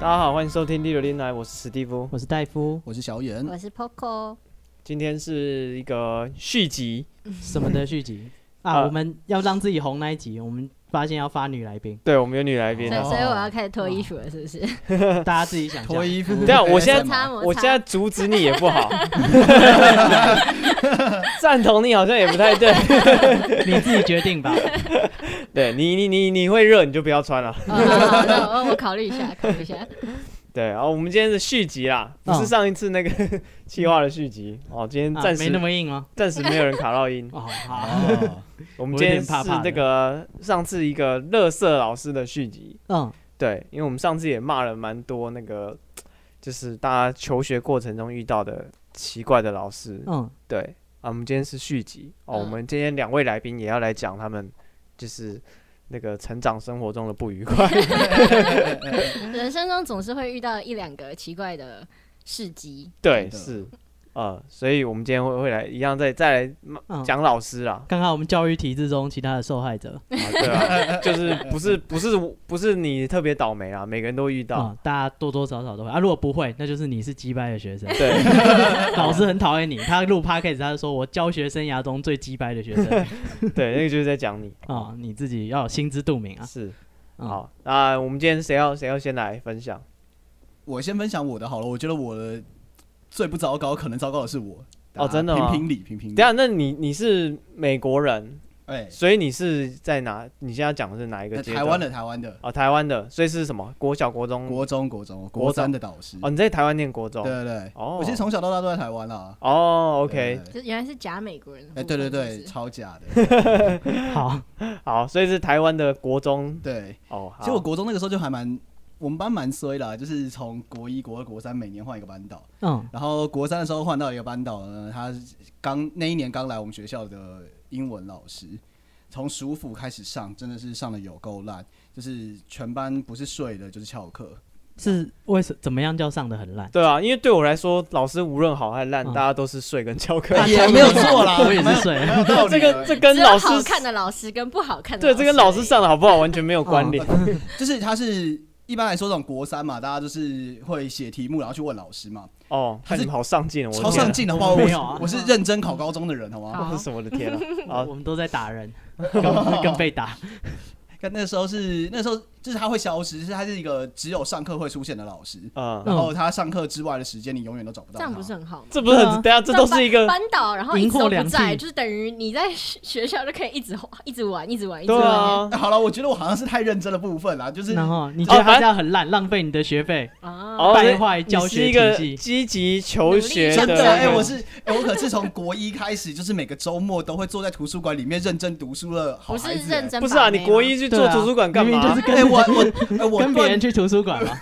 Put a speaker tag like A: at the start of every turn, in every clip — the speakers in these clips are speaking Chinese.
A: 欢迎收听《第六电台》，我是史蒂夫。
B: 我是戴夫，
C: 我是小远，
D: 我是 Poco，
A: 今天是一个续集，
B: 什么的续
C: 嗯
B: 集
A: 啊，
C: 呃
B: 啊？我们要让自己红那一集，我们发现要发女来宾
A: 对我们有女来
D: 所以
A: 宾
B: 真
A: 了。
B: 的
D: 所以我要开始脱衣服了，是不是？
B: 大家自己想象。
C: 衣服
A: 这啊样我现在
D: 摩擦摩擦，
A: 我现在阻止你也不好，赞同你好像也不太对。
B: 你自己决 定吧。啊
A: 对你，你你你会热你就不要穿了。
D: 哦好好那我我考虑一下，考虑一下。
A: 对，然、后我们今天是续集啦，不是
B: 嗯
A: 上一次那个 企划的续集哦。今天
B: 啊
A: 暂时
B: 没那么硬哦。，
A: 暂、时没有人卡到音
B: 哦，好，
C: 哦，
A: 我们
B: 我有
A: 今天
B: 点怕
A: 是
B: 怕的
A: 那个上次一个乐色老师的续集。
B: 嗯，
A: 对，因为我们上次也骂了蛮多那个，就是大家求学过程中遇到的奇怪的老师。
B: 嗯，
A: 对啊，我们今天是续集哦，我
D: 嗯
A: 们今天两位来宾也要来讲他们就是那个成长生活中的不 愉快。
D: 人生中总是会遇到一两个奇怪的事迹，
A: 对，
C: 真的
A: 是。呃，所以我们今天会会来一样再再来骂
B: 嗯
A: 讲老师啦，
B: 看看我们教育体制中其他的受害者，
A: 啊对 啊，就是不是不是不是你特别倒霉啦，每个人都遇
C: 啊
A: 到，。
B: 嗯，大家多多少少都会啊。如果不会，那就是你是鸡掰的学生
A: 对，
C: 啊
B: 老师很讨厌你，他录 podcast，他就说我教学生涯中最鸡掰的学 生
A: 对，那个就是在讲你
B: 啊，你自己要有心知肚明啊。
A: 是
B: 嗯，
A: 好，那我们今天谁要谁要先来分享？
C: 我先分享我的好了，我觉得我的最不糟糕，可能糟糕的是我。
A: 哦真的吗
C: 评评理，评
A: 等
C: 评
A: 一
C: 理。
A: 下，那你你是美国人，
C: 嗯哎，
A: 所以你是在哪？你现在讲的是哪一个
C: 那
A: 阶
C: 台
A: 段？
C: 湾的台湾的
A: 哦，台湾的，所以是什么？国小、国中？
C: 国中国中
A: 国
C: 国
A: 中
C: 三的导师，
A: 哦，你在台湾念国中
C: 对？对对，
A: 哦
C: 我其实从小到大都在台湾啦。
A: 哦
C: 对
A: ，OK，
C: 对对
D: 就原来是假美国人的
C: 哎，
D: 部
C: 对
D: 分。
C: 对对，
D: 是不是，
C: 超假 的。
B: 好，
A: 好，所以是台湾的国中
C: 对，
A: 哦。好
C: 其实我国中那个时候就还蛮，我们班蛮衰啦，就是从国一、国二、国三每年换一个班导，
B: 嗯，
C: 然后国三的时候换到一个班导呢，他刚那一年刚来我们学校的英文老师，从暑辅开始上，真的是上的有够烂，就是全班不是睡的就是翘课，
B: 是为什怎么样叫上的很烂？
A: 对啊，因为对我来说，老师无论好还烂，
B: 嗯
A: 大家都是睡跟翘课。
B: 大家
C: 哎也没有错啦
B: 我也是睡。
C: 没有道
A: 这
C: 理了。
A: 个这跟
D: 只有
A: 老师
D: 好看的老师跟不好看的
A: 对这跟老师
D: 而已
A: 上的好不好完全没有关联。
C: 哦就是他是一般来说这种国三嘛，大家就是会写题目然后去问老师嘛，
A: 哦，看你们好上进哦，我的
C: 超
A: 天啊
C: 上，进好不好？我
B: 没
C: 是
B: 有啊
C: 我是认真考高中的人好吗？
D: 好
A: 这是什么的天啊！
B: 我
A: 啊，
B: 们都在打人，跟跟被打。
C: 但那时候是那时候就是他会消失，就是他是一个只有上课会出现的老师。
A: 嗯，
C: 然后他上课之外的时间，你永远都找不到
D: 这
C: 他。
D: 样不是很好吗？
A: 这不是很
B: 对
A: 等
B: 啊
C: 嗯
A: 一下，这都是一个
D: 班班导，然后一
B: 银
D: 直
B: 货
D: 都
B: 两
D: 不在，
B: 讫
D: 就是等于你在学校就可以一直一直玩，一直玩，一直
A: 对啊，
D: 玩。
C: 好了，我觉得我好像是太认真的部分啦，就是
B: 然后你觉得
A: 哦反
B: 他这样很烂，浪费你的学费，
D: 啊
A: 哦
B: 败坏教
A: 你是
B: 学
A: 一个
B: 体系。
A: 积极求学
C: 真的
A: 那
C: 哎、
D: 哦
A: 个
C: 我是、哎我可是从国一开始，就是每个周末都会坐在图书馆里面认真读书了，好
D: 不是
C: 孩子、
D: 认
C: 哎
D: 真把妹吗，欸
A: 不是啊？你国一去
B: 对
A: 做
B: 啊
A: 图书馆干
B: 明
A: 嘛？
B: 明就是
C: 哎、我我哎我
B: 跟别人
C: 断
B: 去图书馆嘛，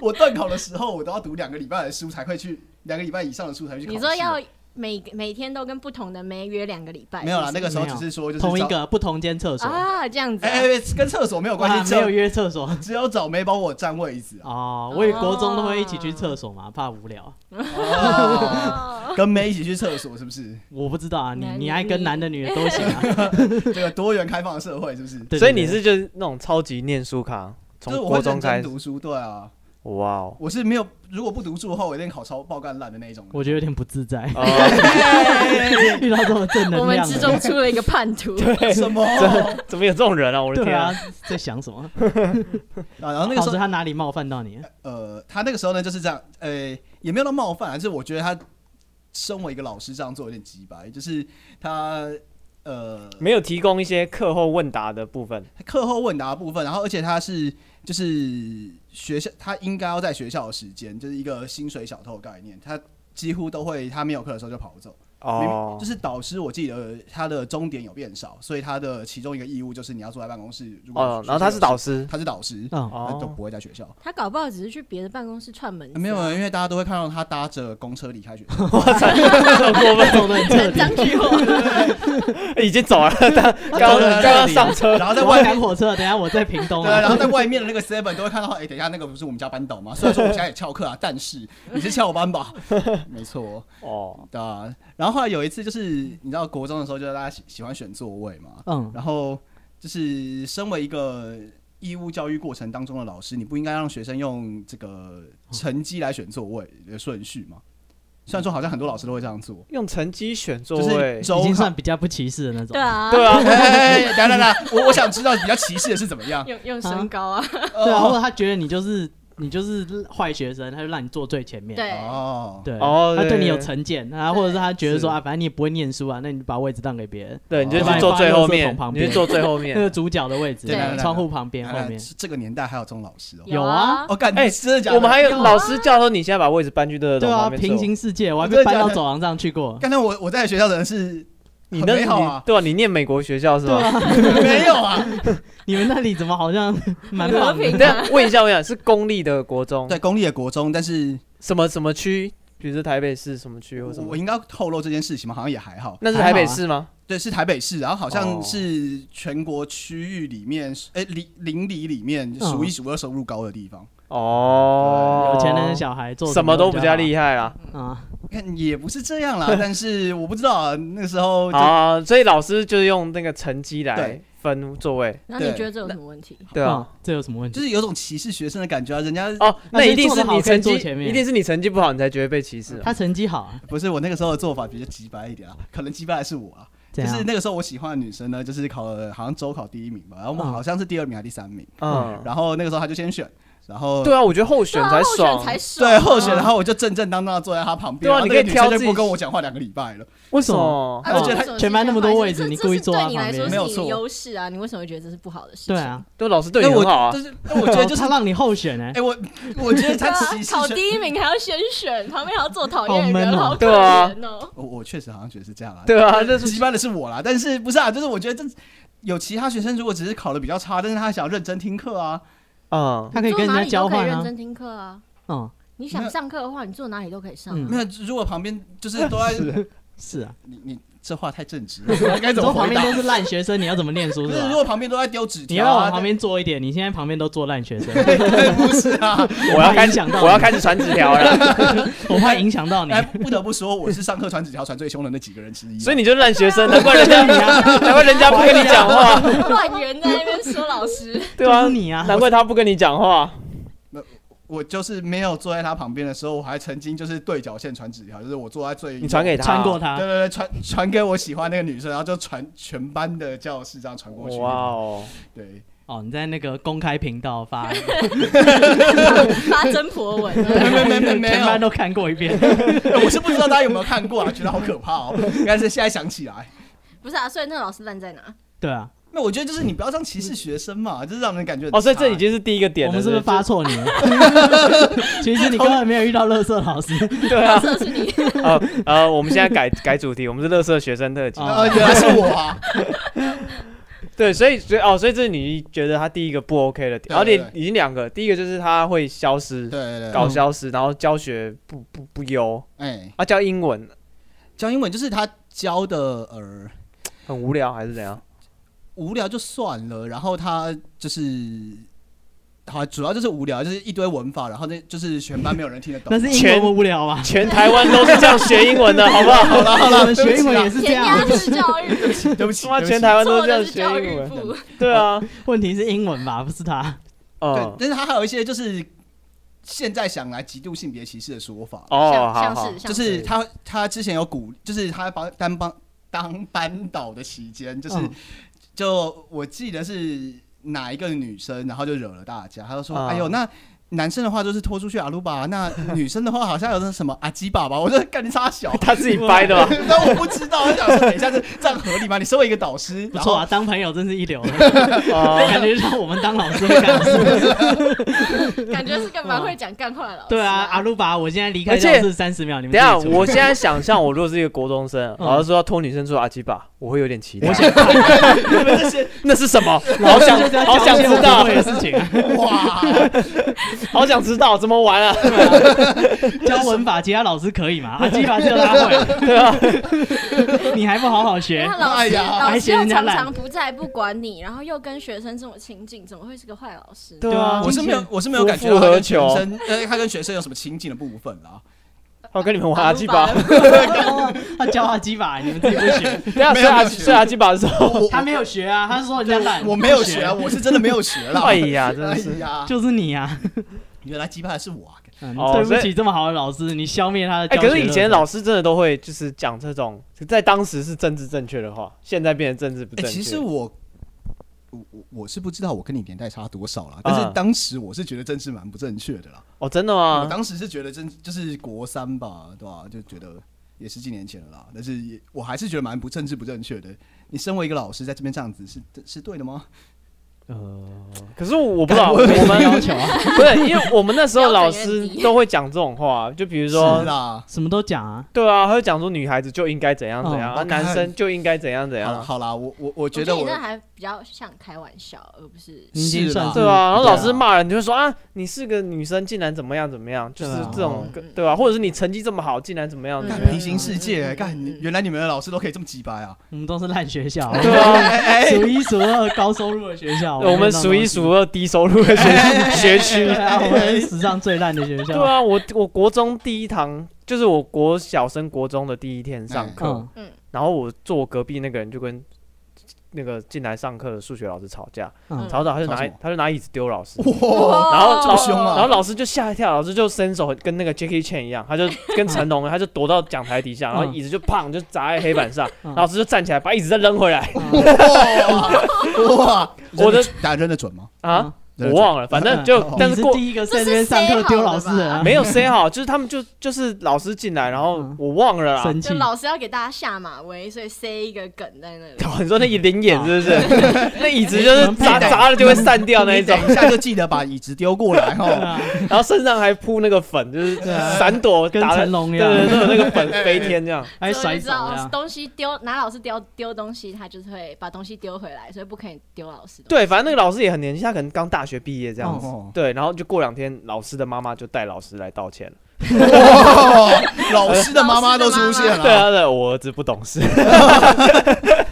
C: 我断考的时候，我都要读两个礼拜的书才会去，两个礼拜以上的书才会去考试。
D: 你说要每每天都跟不同的妹约两个礼拜，
C: 没有啦？
D: 是
C: 那
D: 不是
C: 个时候只是说就是
B: 同一
C: 找，
B: 个不同间厕所，
D: 啊这样子
C: 哎、
D: 啊、
C: 哎哎跟厕所没有关
B: 哇
C: 系，只
B: 没有
C: 有
B: 约厕所。
C: 只有找没帮我占位置啊，
B: 哦，我以为国中都会一起去厕所嘛，怕无聊。
C: 哦
D: 哦
C: 跟妹一起去厕所是不是？
B: 我不知道啊，你
D: 男
B: 你爱跟
D: 女
B: 男的女的都行啊。
C: 这个多元开放的社会是不是？
B: 对
A: 所以你
B: 对
A: 是就是那种超级念书卡，
C: 就
A: 从
C: 是我
A: 国
C: 会
A: 中
C: 认
A: 开
C: 真
A: 始。
C: 读书，对啊，
A: 哇 哦！
C: 我是没有，如果不读书的话，我一定考超爆干烂的那一种。
B: 我觉得有点不自在，
A: 哦
B: 遇到这么正
D: 我
B: 能
D: 们
B: 量
D: 之
B: 的。
D: 中出了一个叛 徒，
C: 什么？
A: 怎么有这种人啊？我的
B: 对
A: 天
B: 啊！，在想什么？
C: 啊，然后那个
B: 老
C: 时
B: 师
C: 候，
B: 他哪里冒犯到你？
C: 呃，他那个时候呢就是这样，呃，也没有到冒犯啊，就是我觉得他身为一个老师这样做有点鸡白，就是他呃
A: 没有提供一些课后问答的部分。
C: 课后问答的部分，然后而且他是就是学校，他应该要在学校的时间，就是一个薪水小偷的概念，他。几乎都会，他没有课的时候就跑走。明明
A: 哦
C: 就，是导师，我记得他的终点有变少，所以他的其中一个义务就是你要坐在办公室。如果
A: 哦，然后他是导，师。
C: 他是导师，
B: 嗯，
C: 他都
A: 哦，
C: 不会在学校。呃
D: 他搞不好只是去别的办公室串门子啊、
C: 没有，因为大家都会看到他搭着公车离开学校。
B: 我们走的很彻
D: 成
B: 底。
D: 张举火，
B: 啊
A: 哎已经走 了，他刚
C: 走
A: 刚
C: 了
A: 刚刚上车。
C: 然后在
B: 我要
C: 外面
B: 赶，火车，等一下我在屏东
C: 对，
B: 啊。
C: 然后在外面的那个 seven 都会看到，哎、等一下那个不是我们家班导吗？虽然说我现在也翘课啊，但是你是翘班吧？没错，
A: 哦，
C: 对啊。然后后来有一次，就是你知道国中的时候，就是大家喜喜欢选座位嘛，
B: 嗯，
C: 然后就是身为一个。义务教育过程当中的老师，你不应该让学生用这个成绩来选座位的顺序嘛？虽然说好像很多老师都会这样做，
A: 用成绩选座
C: 就是
A: 位，
C: 周
B: 已经
C: 考
B: 算比较不歧视的那种。
D: 对，啊，。
A: 对啊，
C: 哎，等一下等一下，我我想知道比较歧视的是怎么样
D: 用用身高啊，
B: 对啊，或者
C: 哦
B: 他觉得你就是你就是坏学生，他就让你坐最前面。
D: 对，
C: 哦，
B: 对，
A: 哦
B: 他对
A: 对
B: 你有成见，啊，或者是他觉得说
A: 是
B: 啊，反正你也不会念书啊，那你就把位置让给别人。
A: 对，你就
C: 对吧
A: 去坐最后
B: 你放在垃圾
A: 面
B: 桶，旁
A: 你
B: 边
A: 去坐最后
B: 那个
A: 面。
B: 主角的位置
C: 对对，对
B: 窗户旁边后
C: 哎
B: 面。
C: 这个年代还有这种老师哦。
B: 有啊
D: 啊，
C: 哦， 干，
A: 哎
C: 真的假的？
A: 我们还有
D: 有啊
A: 老师叫说你现在把位置搬去垃圾
B: 对
A: 桶
B: 啊，
A: 旁边
B: 平
A: 坐。
B: 行世界，我还
C: 真
B: 被
C: 的
B: 搬
C: 假
B: 到
C: 的
B: 走廊上去过。
C: 刚才我我在学校的人是
A: 你
C: 很
A: 那
C: 美好啊
A: 你对啊，你念美国学校是
B: 对
A: 吧？
B: 啊，
C: 没有啊，
B: 你们那里怎么好像蛮
D: 啊和
B: 棒的？
D: 平
A: 你这样
D: 的，
A: 啊问一下，问一下，是公立的国中，
C: 在公立的国中，但是
A: 什么什么区？比如说台北市什么区或
C: 我
A: 什
C: 我
A: 么？
C: 应该透露这件事情吗？好像也还好。
A: 那是
B: 还
A: 台
B: 好
A: 北
B: 啊
A: 市吗？
C: 对，是台北市，然后好像
A: 哦
C: 是全国区域里面，哎、邻邻里里面
B: 嗯
C: 数一数二收入高的地方。
A: 哦，
B: 有钱人的小孩做
A: 什么都比
B: 比
A: 较
B: 较
A: 厉害啦。
B: 害啊。
C: 看也不是这 样啦，但是我不知道啊，那时候就
A: 啊，所以老师就是用那个成绩来
C: 对
A: 分座位，
D: 然后你
C: 对
D: 觉得这有什么问题？
A: 对啊。
B: 嗯，这有什么问
C: 就
B: 题？
C: 是有种歧视学生的感觉啊。人家
A: 哦，那
B: 所以
A: 一定
B: 做
A: 是
B: 得好
A: 你
B: 可以
A: 成绩
B: 坐前，面
A: 一定是你成绩不好，你才觉得被歧视啊。
B: 他成绩好啊，
C: 不是我那个时候的做法比较直白一点啊，可能击败的是我啊。
B: 怎
C: 就是
B: 样？
C: 那个时候我喜欢的女生呢，就是考了好像周考第一名吧，然后我
B: 嗯
C: 好像是第二名还是第三名，
A: 嗯，
C: 然后那个时候她就先选，然后
A: 对啊，我觉得候选
D: 对啊
A: 才
D: 候选
A: 爽。
D: 才爽
C: 对
D: 啊，
C: 候选，然后我就正正当当的坐在她旁边，
A: 对啊
C: 然后
A: 你
C: 那个
A: 可以
C: 女
A: 挑
C: 生就
A: 自己
C: 不跟我讲话两个礼拜了。
A: 为
B: 什么
C: 哎我觉得
D: 为
C: 他
D: 什么
B: 全班那么多位置
D: 啊这
B: 你故意坐在
D: 这是对你来说
B: 旁边
C: 没有
D: 是
C: 错
D: 你优势啊！你为什么会觉得这是不好的事情？
B: 对啊，
A: 对老师对
C: 那
A: 你
C: 我
A: 很好啊
C: 就。是那我觉得就 是
B: 他让你候选哎
C: 哎、，我我觉得
D: 对
C: 他
D: 啊，
C: 歧视
D: 考
C: 全
D: 第一名还要先选，旁边还要坐讨厌
B: 好
D: 的
B: 闷
D: 人，
B: 哦
D: 好可
A: 对啊
D: 怜哦。
C: 我我确实好像觉得是这样啊。
A: 对啊，
C: 但
A: 这
C: 是
A: 是
C: 击败的是我啦，但是不是啊？就是我觉得这有其他学生如果只是考的比较差，但是他想认真听课啊，
A: 嗯，
B: 他可以跟人家交换
D: 坐哪里都可以认
B: 啊。
D: 真听课啊。
B: 嗯，
D: 你想上课的话，你坐哪里都可以上。啊
B: 嗯
C: 没有如果旁边就是都在
B: 是啊，
C: 你你这话太正直了，我该
B: 你
C: 怎
B: 说
C: 么
B: 旁
C: 回
B: 边
C: 答？
B: 都是烂学生，你要怎么念书
C: 不
B: 是
C: 是，如
B: 吧？
C: 果旁边都在丢纸
B: 你
C: 条、
B: 要
C: 啊，
B: 往旁边坐一点，你现在旁边都坐烂学生，
C: 对，不是 啊。
A: 我要开
B: 影
A: 始，
B: 响到你
A: 我要开始传纸条 了。
B: 我怕影响到你
C: 哎，。不得不说，我是上课传纸条传最凶的那几个人之一。啊
A: 所以你就烂学生，难怪人 家，难怪人家不跟你讲话，
D: 乱源在那边说老师，
A: 对啊
B: 就是，你啊，
A: 难怪他不跟你讲话。
C: 我就是没有坐在他旁边的时候，我还曾经就是对角线传纸条，就是我坐在最
A: 你传给他，啊
B: 穿过
C: 对
B: 他。
C: 对对，传传给我喜欢那个女生，然后就传全班的教室这样传过去。
A: 哇哦，
C: 对，
B: 哦，你在那个公开频道发，
D: 发真婆文，
C: 没没没没没
B: 全班
C: 有，
B: 都看过一遍。
C: 我是不知道大家有没有看过啊，觉得好可怕哦。但是现在想起来，
D: 不是啊？所以那个老师烂在哪？
B: 对啊，
C: 那我觉得就是你不要这样歧视学生嘛，就是让人感觉很
A: 哦，所以
C: 差
A: 这已经是第一个点
B: 我
A: 了。
B: 们是不是发错 你了？其实你根本没有遇到乐色 老师，
A: 就是对 啊？
D: 这是你
A: 呃呃，我们现在改 改主题，我们是乐色学生特辑。
B: 啊
C: 呃，原来是我 啊，
A: 对，所以所以哦，所以这是你觉得他第一个不 OK 的点，
C: 对
A: 然后
C: 对
A: 你已经两个，第一个就是他会消失
C: 对，对对，
A: 搞消失，然后教学不不不优，
C: 哎，
A: 啊教英文
C: 教英文就是他教的呃
A: 很无聊还是怎样？
C: 无聊就算了，然后他就是。好，主要就是无聊，就是一堆文法，然后那就是全班没有人听得 懂。
B: 那是英文无聊 啊。
A: 全台湾都是这样学英文 的，好不好？
C: 好了好
B: 我
C: 了，
B: 们学
C: 对不
B: 英
C: 起
B: 文
C: 啦
B: 也是这
D: 填
B: 样
D: 鸭，式教育，
C: 对不起，
A: 他妈
C: 对不起
A: 全台湾都
D: 错
A: 这样
D: 的是
A: 学
D: 教
A: 英
D: 育
A: 文，
D: 部，
A: 对啊，
B: 问题是英文吧，不是他。
C: 对
A: 嗯，，
C: 但是他还有一些就是现在想来极度性别歧视的说法，
A: 哦，
D: 像
A: 好
D: 像
A: 好
D: 是，
C: 就
D: 像
C: 是他他之前有鼓，就是他帮当帮当班导的期间，就是、
B: 嗯
C: 就我记得是哪一个女生，然后就惹了大家，他就说：“
A: 啊。
C: 哎呦，那男生的话就是拖出去阿鲁巴，那女生的话好像有那什么阿基爸爸。”我就干你傻小
A: 他自己掰的 吧？哦
C: 但我不知道，我想说，等一下这这样合理吗？你身为一个导师，
B: 不
C: 然
B: 错
C: 后
B: 啊，当朋友真是一流的，
A: 哦，
B: 感觉让我们当老师会干事。
D: 感觉是个蛮会讲干话的老师。
B: 对啊，阿鲁巴，我现在离开
A: 而
B: 教
A: 且
B: 室三十秒，你
A: 等
B: 们
A: 一下，
B: 自己处理
A: 我现在想象，我如果是一个国中生，
B: 嗯
A: 老师说要拖女生做阿基巴，我会有点期待
B: 我。想看
C: 你们这些
A: 那是什么？
B: 老
A: 好
B: 师
A: 想
B: 就是要
A: 好
B: 教
A: 想
B: 一些
A: 知
B: 我
A: 道
B: 不，会的事情啊，
C: 哇，
A: 好想知道怎么玩啊？
B: 教文法，其他老师可以嘛？阿基法只有他会，对啊，你还不好好
D: 因为
B: 学
D: 他，老
C: 哎
D: 师
C: 呀
D: 老
B: 还
D: 师
B: 嫌
D: 又
B: 人家
D: 常
B: 懒
D: 常不在不管你，然后又跟学生这么亲近，怎么会是个坏老师？
B: 对啊
C: 我是没有，我是没有感觉到
A: 夫复
C: 他跟
A: 何
C: 学
A: 求
C: 生，呃，他跟学生有什么亲近的部分啦。
A: 我跟你们玩阿基
D: 打
A: 巴
D: 撸，
B: 他教阿基法，你们自己不学，
A: 等一下
C: 没
A: 睡
C: 有没
A: 啊阿
C: 有学
A: 睡阿基巴的时候，
C: 我
B: 他没有学啊，他说人家懒，
C: 我没有学啊，，我是真的没有学啦。
A: 哎呀，真的
C: 哎
A: 是，
C: 呀，
B: 就是你啊，
C: 原来鸡巴的是我啊！
B: 嗯
A: 哦
B: 对
A: 所以
B: 不起，这么好的老师，你消灭他的
A: 哎，
B: 教学
A: 可
B: 热忱。
A: 是以前老师真的都会就是讲这种，在当时是政治正确的话，现在变得政治不
C: 哎、
A: 正确。
C: 其实我我我我是不知道我跟你年代差多少
A: 嗯
C: 啦，但是当时我是觉得政治蛮不正确的啦。
A: 哦，真的
C: 我
A: 吗？
C: 当时是觉得政就是国三吧，对吧、就觉得也十几年前了啦，但是也我还是觉得蛮不政治不正确的。你身为一个老师在这边这样子是是对的吗？
A: 可是我不知道，我
B: 没什么要
A: 们
B: 求啊，
A: 不是因为我们那 时候老
D: 标准
A: 师
D: 有点低
A: 都会讲这种话，就比如说
C: 是，啦，
B: 什么都讲啊，
A: 对啊，他会讲说女孩子就应该怎样怎样，
C: 哦
A: 啊，男生就应该怎样怎
C: 好啦
A: 样，
C: 好啦，我我我
D: 我觉
C: 觉得
D: 得你
C: 我
D: 那还比较像开玩笑，而不是
B: 你已经
C: 是
B: 算
C: 啦
B: 是
A: 对啊，然后
C: 对
A: 老
C: 啊
A: 师骂人，你就说啊，你是个女生，竟然怎么样怎么样，就是
B: 对啊
A: 这种
D: 嗯
A: 对吧？或者是你成绩这么好，竟然怎么样？
D: 嗯
A: 怎
C: 干
A: 么
C: 平
A: 样？
C: 行世界，
D: 嗯
C: 干
D: 嗯嗯
C: 原来你们的老师都可以这么鸡掰啊！
B: 我们都是烂学校，
A: 对啊，
B: 数一数二高收入的学校，
A: 哦我们数一数二低收入的学学
B: 对
A: 区。
B: 啊，我们是史上最烂的学校，
A: 对啊，我我国中第一堂就是我国小升国中的第一天上课，
B: 嗯，
A: 然后我坐我隔壁那个人就跟那个进来上课的数学老师吵架，
B: 嗯
A: 吵吵他就
C: 吵
A: 拿
C: 什么
A: 他就拿椅子丢老师，
D: 哦
C: 哇，
A: 然后
C: 这
A: 老
C: 么凶啊
A: 然后老师就吓一跳，老师就伸手跟那个 Jackie Chan 一样，他就跟成 龙，他就躲到讲台底下，然后
B: 嗯
A: 椅子就砰就砸在黑板上，
B: 嗯
A: 老师就站起来把椅子再扔回来
C: 哇哇！
A: 我的
C: 打扔的准吗？
A: 啊，
C: 嗯
A: 我忘了，反正就
C: 嗯
A: 但
B: 哦你
A: 是
B: 是
A: 过
B: 第一个在这边上课丢老师的啊，
A: 没有 say 好，就是他们就就是老师进来，然后
B: 嗯
A: 我忘了啦。
B: 生气
D: 就，老师要给大家下马威，所以塞一个梗在那里。
A: 你说那一零
B: 哦
A: 眼是不是？ 那椅子就是砸砸了就会散掉那一种
C: 你，等一下就记得把椅子丢过来
B: 对
C: 哦。
B: 啊，
A: 然后身上还铺那个粉，就是
B: 对啊
A: 闪躲
B: 跟
A: 打
B: 成
A: 的，
B: 龙一
A: 对
B: 样，
A: 对，都有那个粉飞天这样。
B: 还
D: 所
B: 甩
D: 以就知
B: 手呀
D: 道，哦东西丢，拿老师丢丢东西，他就是会把东西丢回来，所以不可以丢老师的。
A: 对，反正那个老师也很年轻，他可能刚大学毕业这样子。
C: 哦
A: 对，然后就过两天，老师的妈妈就带老师来道歉了。
C: 哇哦老师的妈妈都出现
A: 对
C: 了。
A: 啊，对，我儿子不懂事，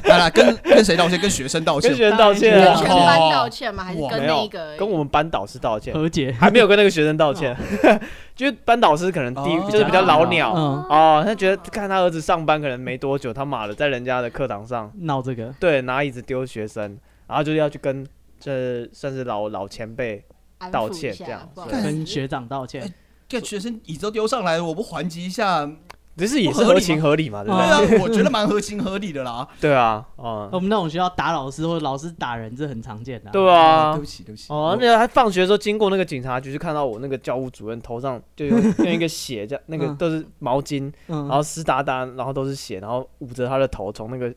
C: 来来，跟跟谁道歉？跟学生道
A: 跟
C: 歉。
A: 学生道歉
B: 对
D: 跟
A: 啊哦
B: 当
D: 全
B: 然，
D: 班道歉吗？还是
C: 哇
D: 跟
A: 没
D: 那
A: 有
D: 一个？
A: 跟我们班导师道歉，
B: 和解，
A: 还没有跟那个学生道歉， 就是班导师可能地
C: 哦
A: 就是比较老鸟
B: 嗯，
A: 哦，他觉得看他儿子上班可能没多久，他妈的在人家的课堂上，
B: 闹这个，
A: 对，拿椅子丢学生，然后就要去跟这算是老老前辈
D: 安抚
A: 道歉
D: 一下
A: 这样
D: 不好意思
C: 对
B: 跟学长道歉，
C: 这学生椅子都丢上来了，我不还击一下？
A: 只是也
C: 不
A: 是
C: 合理
A: 合
C: 吗
A: 情合理嘛，对
C: 对
A: 不对？
C: 啊，我觉得蛮合情合理的啦。
A: 对啊，嗯，
B: 我们那种学校打老师或者老师打人，这很常见的啊。
A: 对啊
C: 哎对不。起，对不起。
A: 哦，那个他放学的时候经过那个警察局，就看到我那个教务主任头上就有用一个血，这样那个
B: 嗯
A: 都是毛巾，然
B: 嗯，
A: 后湿哒哒，然后都是血，然后捂着他的头从那个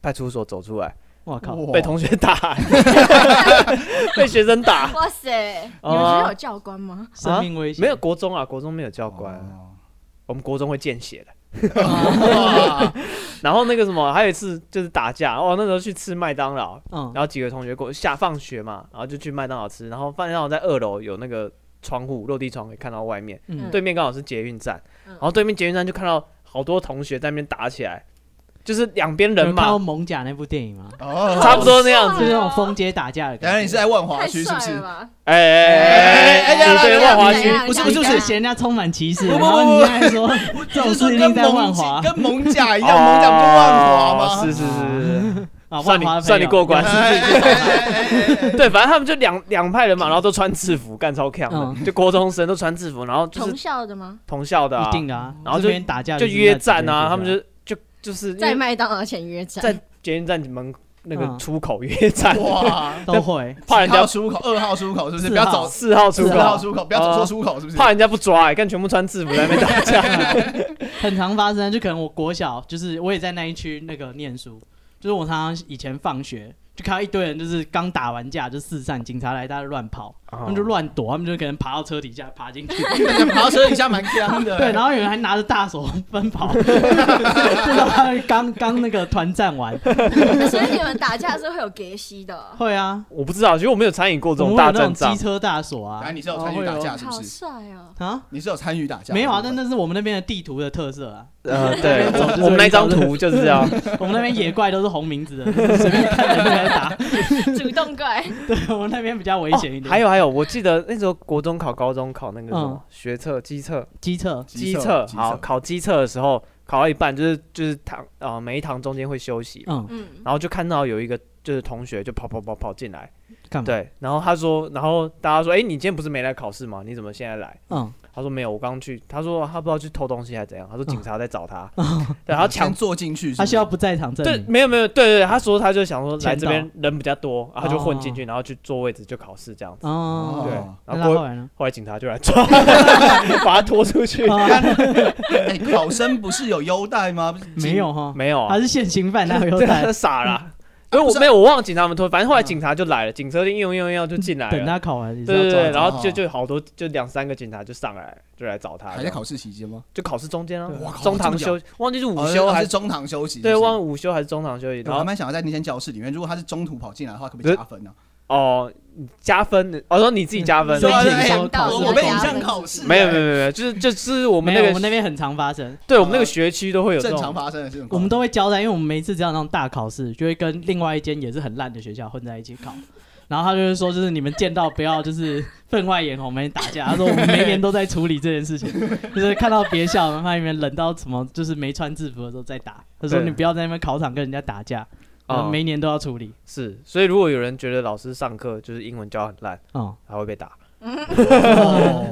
A: 派出所走出来，
B: 我靠，
C: 哇
A: 被同学打，被学生打，
D: 哇塞，你
A: 哦
D: 们
A: 啊
D: 学校有教官吗？
B: 生命危险，
A: 没有国中啊，国中没有教官，
C: 哦
A: 我们国中会见血的。
C: 哇
A: 然后那个什么，还有一次就是打架，哦，那时候去吃麦当劳，
B: 嗯
A: 然后几个同学过下放学嘛，然后就去麦当劳吃，然后麦当劳在二楼有那个窗户落地窗可以看到外面，
B: 嗯
A: 对面刚好是捷运站，
D: 嗯
A: 然后对面捷运站就看到好多同学在那边打起来，就是两边
B: 有
A: 人
B: 看过
A: 嘛
B: 《，蒙甲》那部电影吗？
C: 哦
A: 差不多那样
B: 是
A: 子。
B: 那种封街打架的
C: 等一下
B: 感
C: 你是
B: 觉。
C: 在万华
D: 太
C: 区是
D: 帅
C: 不是
D: 了？吧！
A: 哎哎哎
B: 啊
A: 哎，你对万华区，
C: 不是不是不
B: 你刚才
C: 是
B: 嫌人家充满歧视，
C: 不
B: 然
C: 不
B: 后
C: 不
B: 你现在说这种
C: 就是说
B: 事一
C: 跟
B: 定在
C: 蒙
B: 万华
C: 跟蒙甲一样，蒙甲不就万华吗？
A: 是是是，
B: 啊，万
A: 算
B: 华的朋友
A: 你算你过关。
C: 哎哎哎哎哎
A: 对，反正他们就两两派人嘛，然后都穿制服，干超强的，
B: 嗯
A: 就国中生都穿制服，然后就是
D: 同校的吗？
A: 同校的啊
B: 一，定的啊，
A: 然后就
B: 这边打架
A: 就是约
B: 在
A: 战啊，他
B: 这
A: 们
B: 边
A: 就就就是因
D: 在
A: 为
D: 麦当劳前约战，
A: 在捷运站门那个
B: 嗯
A: 出口约战，
C: 哇！
B: 都会，
A: 怕人
C: 一号
A: 家
C: 出口、二号出口是不是？
B: 四
C: 不要
B: 号
C: 走
A: 四号出
C: 四号
A: 口，
C: 出口，不要走错出口是不是？
A: 怕人家不抓，哎，看全部穿制服在那边打架。
B: 很常发生。就可能我国小，就是我也在那一区那个念书，就是我常常以前放学就看到一堆人，就是刚打完架就四散，警察来大家乱跑，他们就乱躲，他们就可能爬到车底下爬进 去，
C: 爬到车底下蛮香的。
B: 对，然后有人还拿着大手奔 跑，这种他们刚刚那个团战完，
D: 所以你们打架是会有隔息的哦。
B: 会啊，
A: 我不知道，其实我没有参与过这
B: 我们
A: 种
B: 会有
A: 大
B: 那
A: 阵
B: 种机
A: 仗。
B: 车大锁
C: 哎，
B: 啊
C: 你是有参与打架是不
D: 好
C: 是？
D: 帅 哦！
B: 啊，
C: 你是有参与打架？
B: 没有啊，但那是我们那边的地图的特色啊，
A: 呃，对，
B: 那种就是
A: 我我们那张图就是这样。
B: 我们那边野怪都是红名字的，随便看人就来打，
D: 主动怪，
B: 对我们那边比较危险一点。
A: 哦还有还有，我记得那时候国中考、高中考那个什么、
B: 嗯
A: 学测、机测、
B: 机测，
C: 机
A: 机
C: 测
A: 测，好，考机测的时候，考到一半就是就是堂啊、呃每一堂中间会休息，
B: 嗯，
D: 嗯，
A: 然后就看到有一个就是同学就跑跑跑跑进来，
B: 干嘛？，
A: 对，然后他说，然后大家说，哎、你今天不是没来考试吗？你怎么现在来？
B: 嗯，
A: 他说没有，我刚去。他说他不知道去偷东西还是怎样，他说警察在找他，对，
C: 然
A: 然
C: 后
A: 后
C: 强
A: 抢。
C: 坐进去是不是，
B: 他需要不在场证
A: 对，
B: 明。
A: 没有没有，对对对，他说他就想说来
B: 签
A: 这
B: 到
A: 边人比较多，然后就混进去，然后去坐位置就考试这样子。
B: 哦，
A: 对
C: 哦，
A: 然后
B: 那他后
A: 过
B: 来呢？
A: 后来警察就来 抓，把他拖出去。
B: 哦
C: 哎，考生不是有优待吗？不是
B: 没有，哈，
A: 没有啊
B: 他，是现行犯，他有嗯啊
A: 对，他
B: 在
A: 傻了。因为我没有，我忘了警察们拖，反正后来警察就来了，警车就用用用就进来
B: 嗯等
A: 了。
B: 他考完，你知
A: 对啊
B: 道
A: 对
B: 抓
A: 对，
B: 他
A: 然后就就好多就两三个警察就上来就来找他，
C: 还在考试期间吗？
A: 就考试中间啊
B: 对
C: 哇，靠
A: 中
C: 这
A: 堂
C: 么久
A: 休，忘记是午
C: 哦
A: 休
C: 那
A: 还
C: 是中堂休息？
A: 对，
C: 是不是
A: 忘了午休还是中堂休息，
C: 对
A: 然
C: 我还
A: 后
C: 蛮想要在那间教室里面，如果他是中途跑进来的话，可不可以
A: 不是
C: 加分呢？
A: 哦加分的，哦说你自己加分
B: 所
C: 对
B: 以
C: 啊
A: 哦，
B: 请
C: 对
B: 收
C: 哎
B: 考
C: 我
B: 试
C: 我被
B: 费
C: 影
B: 用
C: 响考试，
A: 没有没有
C: 哎
A: 没有， 就是就是我们
B: 没
A: 那
B: 有
A: 个
B: 我们那嗯边很常发生，
A: 对我们那个学区都会有这
C: 正
A: 种
C: 常发生的这种，
B: 我们都会交代，因为我们每一次只要那种大考试，就会跟另外一间也是很烂的学校混在一起考。然后他就是说，就是你们见到不要就是分外眼红，没打架。他说我们每年都在处理这件事情，就是看到别校，然后你们冷到什么，就是没穿制服的时候再打。他说
A: 对
B: 你不要在那边考场跟人家打架，我
A: 啊
B: 们，每年都要处理。
A: 是，所以如果有人觉得老师上课就是英文教很烂，
B: 哦，
A: 还会被打，
C: 哦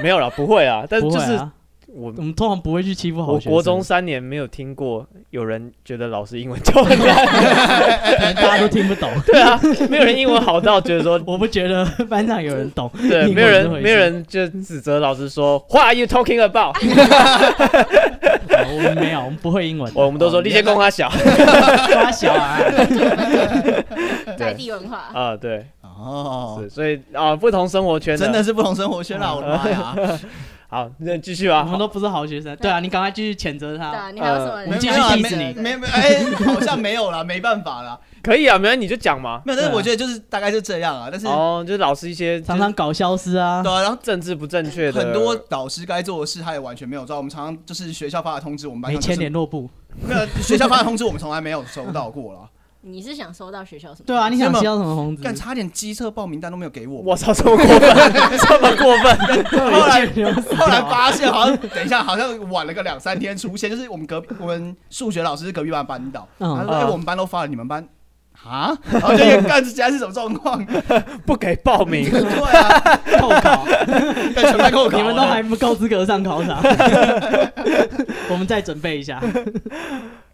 A: 没有啦，不会啊，但
B: 不会
A: 就是
B: 啊，
A: 我
B: 我们通常不会去欺负好
A: 我
B: 学生。
A: 国中三年没有听过有人觉得老师英文教很 烂，
B: 可能哎大家都听不 懂，
A: 对啊，没有人英文好到觉得说
B: 我不觉得班上有人懂。
A: 对，
B: 英
A: 没有
B: 文这回
A: 人
B: 事
A: 没有人就指责老师说 What are you talking about？
B: 哦我们没有，我们不会英文。
A: 我们都说
C: 哦
A: 立些功他小
B: 抓小啊，
D: 在地文化，
A: 啊，对，
C: 哦，
A: 是，所以啊，不同生活圈
C: 真的是不同生活圈啦，我的妈呀！
A: 好，那继续
C: 啊
A: 吧。
B: 我们都不是好学生。对啊，你赶快继续谴责
D: 对
B: 他。
D: 啊，你还有什么？
B: 我们继续
C: 啊
B: diss
C: 没
B: 你
C: 没没，哎，好像没有啦，没办法啦，
A: 可以啊，没然你就讲嘛。
C: 没有，但
B: 对啊
C: 是我觉得就是大概就这样啊，但是对
A: 哦，就是老师一些
B: 常常搞消失啊，
C: 啊，然后。
A: 政治不正确的
C: 很多导师该做的事，他也完全没有做。我们常常就是学校发的通知，我们班
B: 没
C: 上就
B: 签
C: 是
B: 联络簿。
C: 没有学校发的通知，我们从来没有收到过啦。
D: 你是想收到学校什么？
B: 对啊，你想
C: 真的
B: 知道什么红子？
C: 干差点机测报名单都没有给我。
A: 我操，这么过分，这么过分，
C: 后来后来
B: 吧，
C: 发现好像等一下好像晚了个两三天出现，就是我们隔壁我们数学老师是隔壁班班导，
B: 嗯
C: 他说：“哎、
A: 嗯
C: 我们班都发了，你们班啊？”然后就一个干子，现在是什么状况？
A: 不给报名。
C: 对啊，
B: 扣考，
C: 干全班给我搞
B: 你们都
C: 了
B: 还不够资格上考场。 我们再准备一下，
C: 啊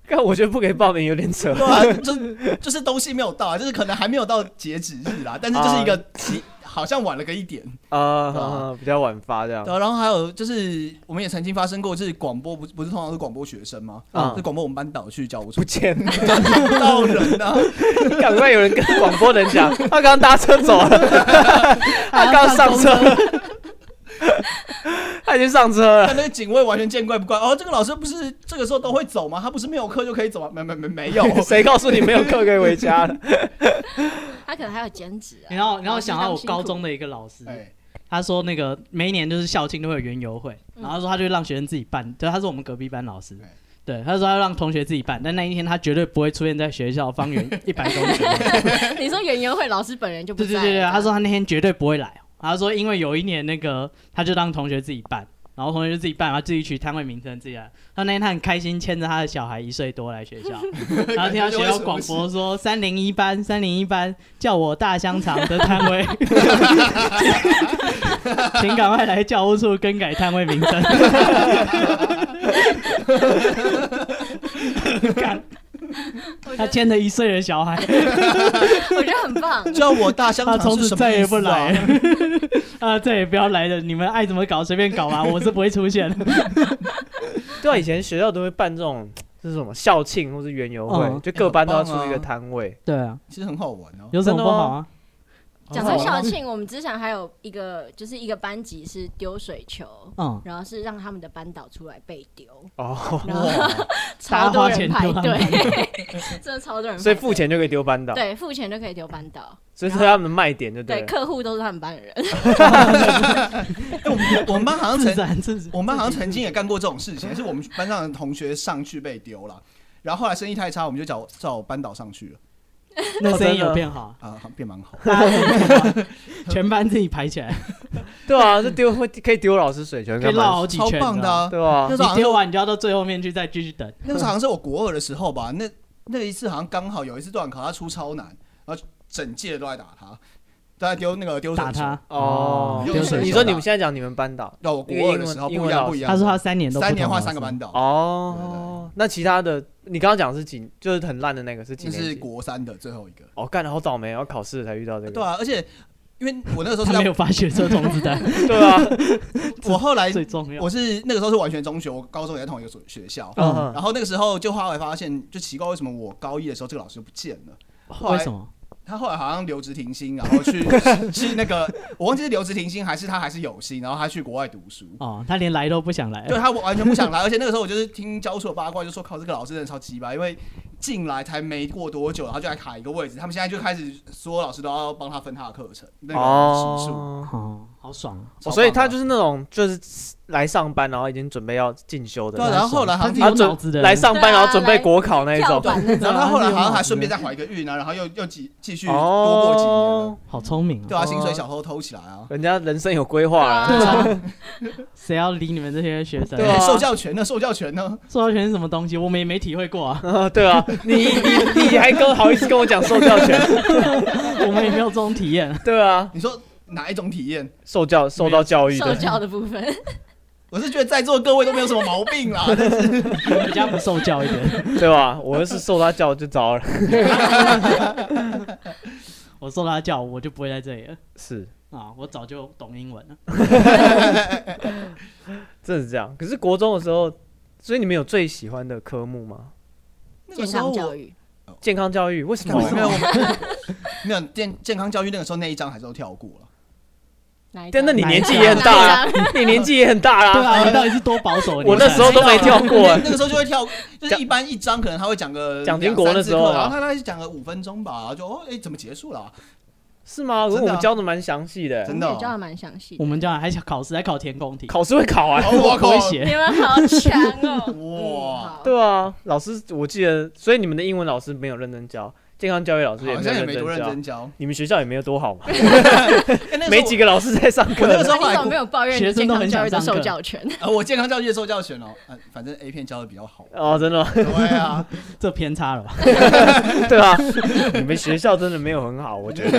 A: 但我觉得不给报名有点扯。
C: 对啊，就是就是东西没有到啊，就是可能还没有到截止日啦，但是就是一个
B: 啊
C: 急。好像晚了个一点，
A: 啊，比较晚发这样
C: 对。啊、然后还有就是，我们也曾经发生过，就是广播不是不是通常是广播学生吗？
B: 啊
A: 嗯
C: 就广播我们班导去教务处
A: 不见了，
C: 找不到人啊，
A: 赶快有人跟广播人讲，他刚搭车走了，他刚上车， 他已经上车 了。
C: 但那个警卫完全见怪不怪。哦，这个老师不是这个时候都会走吗？他不是没有课就可以走吗？没没没没 有，
A: 谁告诉你没有课可以回家了？
D: 他可能还有兼职 啊。
B: 然后然后想到
D: 老
B: 我
D: 师当
B: 高
D: 辛苦
B: 中的一个老师，
C: 哎，
B: 他说那个每一年就是校庆都会有园游会，
D: 嗯
B: 然后他说他就让学生自己办，就他是我们隔壁班老师
C: 对。
B: 对，他说他让同学自己办，但那一天他绝对不会出现在学校方圆一百公尺。
D: 你说园游会老师本人就不
B: 对对
D: 在了，
B: 对对，他说他那天绝对不会来，哦他说因为有一年那个他就让同学自己办，然后同学就自己办，然后自己取摊位名称自己来。他那天他很开心，牵着他的小孩一岁多来学 校，然后听到学校广播说三零一班三零一班叫我大香肠的摊 位，请赶快来教务处更改摊位名 称。 干
D: 我
B: 他
D: 觉得
B: 牵着一岁的小孩，
D: 我觉得很棒，
C: 叫我大香
B: 他
C: 肠
B: 从
C: 是
B: 此
C: 什么
B: 再
C: 意啊
B: 也不
C: 思啊
B: 来？ 啊，再也不要来了。你们爱怎么搞随便搞吧，啊 我是不会出现。
A: 对啊，以前学校都会办这种，这是什么校庆或是园游会，
B: 嗯
A: 就各班都要出
C: 哎
A: 一
C: 很
A: 个
C: 棒啊
A: 摊位。
B: 对啊，
C: 其实很好玩哦。
B: 有什么不好啊？
D: 讲到校庆，我们之前还有一个，就是一个班级是丢水球，
B: 嗯，
D: 然后是让他们的班导出来被丢，
A: 哦，
D: 然后
B: 大家
D: 超
B: 花
D: 多
B: 钱
D: 人
B: 丢他
D: 排
B: 们
D: 队， 真的超多人排队，
A: 所以付钱就可以丢班导，
D: 对付钱就可以丢班导，
A: 所以是他们的卖点，就
D: 对
A: 对了。
D: 客户都是他们班的人，
C: 哎我们我们班好像
B: 自
C: 曾
B: 然自然。
C: 我们班好像曾经也干过这种事情，是我们班上的同学上去被丢了，然后后来生意太差，我们就找找班导上去了。
B: 那声
A: 真
B: 音有
A: 的
B: 变 好，
C: 啊，好变蛮好。
B: 大家自己排全班自己排 起来，
A: 对啊，这丢会可以丢老师水球，
B: 可以
A: 干
B: 绕
A: 嘛？
B: 好几
C: 超
B: 圈，
C: 棒的啊！
A: 对吧
C: 那？时候
B: 你
C: 好像
B: 丢完你就要到最后面去再继续等，
C: 那个时候好像是我国二的时候吧，那那一次好像刚好有一次段考他出超难，然后整届都在打他，都在丢那个丢
B: 打
C: 手球。
B: 他。
A: 哦，
C: 丢水球
A: 你说你们现在讲你们班导
C: 那我国二的时候
A: 因为英文英
C: 不一
A: 文
C: 样，
A: 老
C: 不一样。
B: 他说他三年都不
C: 三年
B: 同啊
C: 换
B: 老
C: 三个
B: 师
C: 班导，
A: 哦，那其他的你刚刚讲的是几，就是很烂的那个是几
C: 这
A: 年
C: 是
A: 级？
C: 国三的最后一个。
A: 哦，干的好倒霉，要考试才遇到这个。
C: 对啊，而且因为我那个时候是
B: 他没
C: 在，
B: 有发学车童子 蛋，
A: 对啊，
C: 我后来
B: 最重要。
C: 我是那个时候是完全中学，我高中也在同一个所学校。
B: 嗯
A: 嗯
C: 然后那个时候就后来发现，就奇怪为什么我高一的时候这个老师就不见了。后
B: 为
C: 来
B: 什么？
C: 他后来好像留职停薪，然后去 去那个我忘记是留职停薪还是他还是有薪，然后他去国外读书。
B: 哦，他连来都不想来。
C: 对他完全不想来，而且那个时候我就是听教授的八卦，就说靠这个老师真的超鸡巴，因为进来才没过多久，然后就来卡一个位置，他们现在就开始所有老师都要帮他分他的课程那个时数，
A: 哦，
B: 哦，好爽啊。
C: 超
A: 哦所以
C: 棒的
A: 他就是那种就是来上班，然后已经准备要进修的
C: 对啊，然后后来好
B: 他
C: 像
B: 是
A: 他
B: 有
A: 准
B: 脑子的人，
A: 来上班，
D: 对啊
A: 然后准备国考那一
D: 跳
A: 种。
D: 板那种
C: 然后他后来好像还顺便
B: 在
C: 再怀一个孕啊，然后又又继继续多过几年了
A: 哦，，
B: 好聪明
C: 对
B: 啊！
C: 啊，薪水小偷偷起来啊，
A: 人家人生有规划
D: 对
A: 了。
B: 啊，谁要理你们这些学生？
A: 对啊
C: 受教权呢，受教权呢，
B: 塑料权是什么东西？我们也没体会过啊，
A: 啊对啊，你你你还跟好意思跟我讲受教权？
B: 我们也没有这种体 验。
A: 对啊，
C: 你说哪一种体验？
A: 受教受到教育
D: 受
A: 的，
D: 教的部分，
C: 我是觉得在座各位都没有什么毛病 啦，但是
B: 我们比较不受教一点，
A: 对吧？我要是受他教就糟了。
B: 我受他教，我就不会在这里了
A: 是，
B: 啊！我早就懂英文了。
A: 真的是这样。可是国中的时候，所以你们有最喜欢的科目吗？
C: 那个
D: 健
C: 时候
D: 康教
C: 我
D: 育，
A: 健康教育为什
C: 没有没有
A: 么？
C: 没有健健康教育那个时候那一章还是都跳过了。
D: 哪一
A: 但那
D: 张
A: 你
B: 哪一
A: 年纪
B: 张
A: 也很大啊
D: 哪
A: 啦
D: 一，
A: 你年纪也很大
B: 对
A: 啦。
B: 啊，你到底是多保守？
A: 我那时候哦都没跳过
C: 那个时候就会跳，就是一般一章可能他会讲个
A: 蒋经国那时候啊
C: 两三次课然后他大概讲个五分钟吧，然后就哦哎、怎么结束了啊、
A: 是吗？可是
C: 真
A: 我
C: 的啊
A: 们教的蛮详细的，
C: 真的哦
D: 你教的蛮详细的
B: 我。们这样还想考试，还考填空 题，
A: 考试会考 啊。
C: 哦
B: 我不会
D: 你
B: 写。
D: 们好强哦！
C: 哇
D: 嗯，好
A: 对啊，老师我记得，所以你们的英文老师没有认真教，健康教育老师也
C: 好
A: 没
C: 像也
A: 有
C: 没多
A: 真
C: 认
A: 教
C: 真。教。
A: 你们学校也没有多好嘛，
C: 哎那个时候
A: 没几个老师在上
C: 我那个
A: 课。。
C: 时候后
D: 你
C: 来
D: 怎么没有抱怨
B: 学
D: 你
B: 生
D: 健
B: 都很
D: 康
B: 想
D: 教育的
B: 上课
D: 受教权？
C: 呃我健康教育受教选哦，呃反正 A 片教的比较好
A: 哦，真的吗，
C: 对啊，
B: 这偏差了吧？
A: 对啊，你们学校真的没有很好，我觉
C: 啊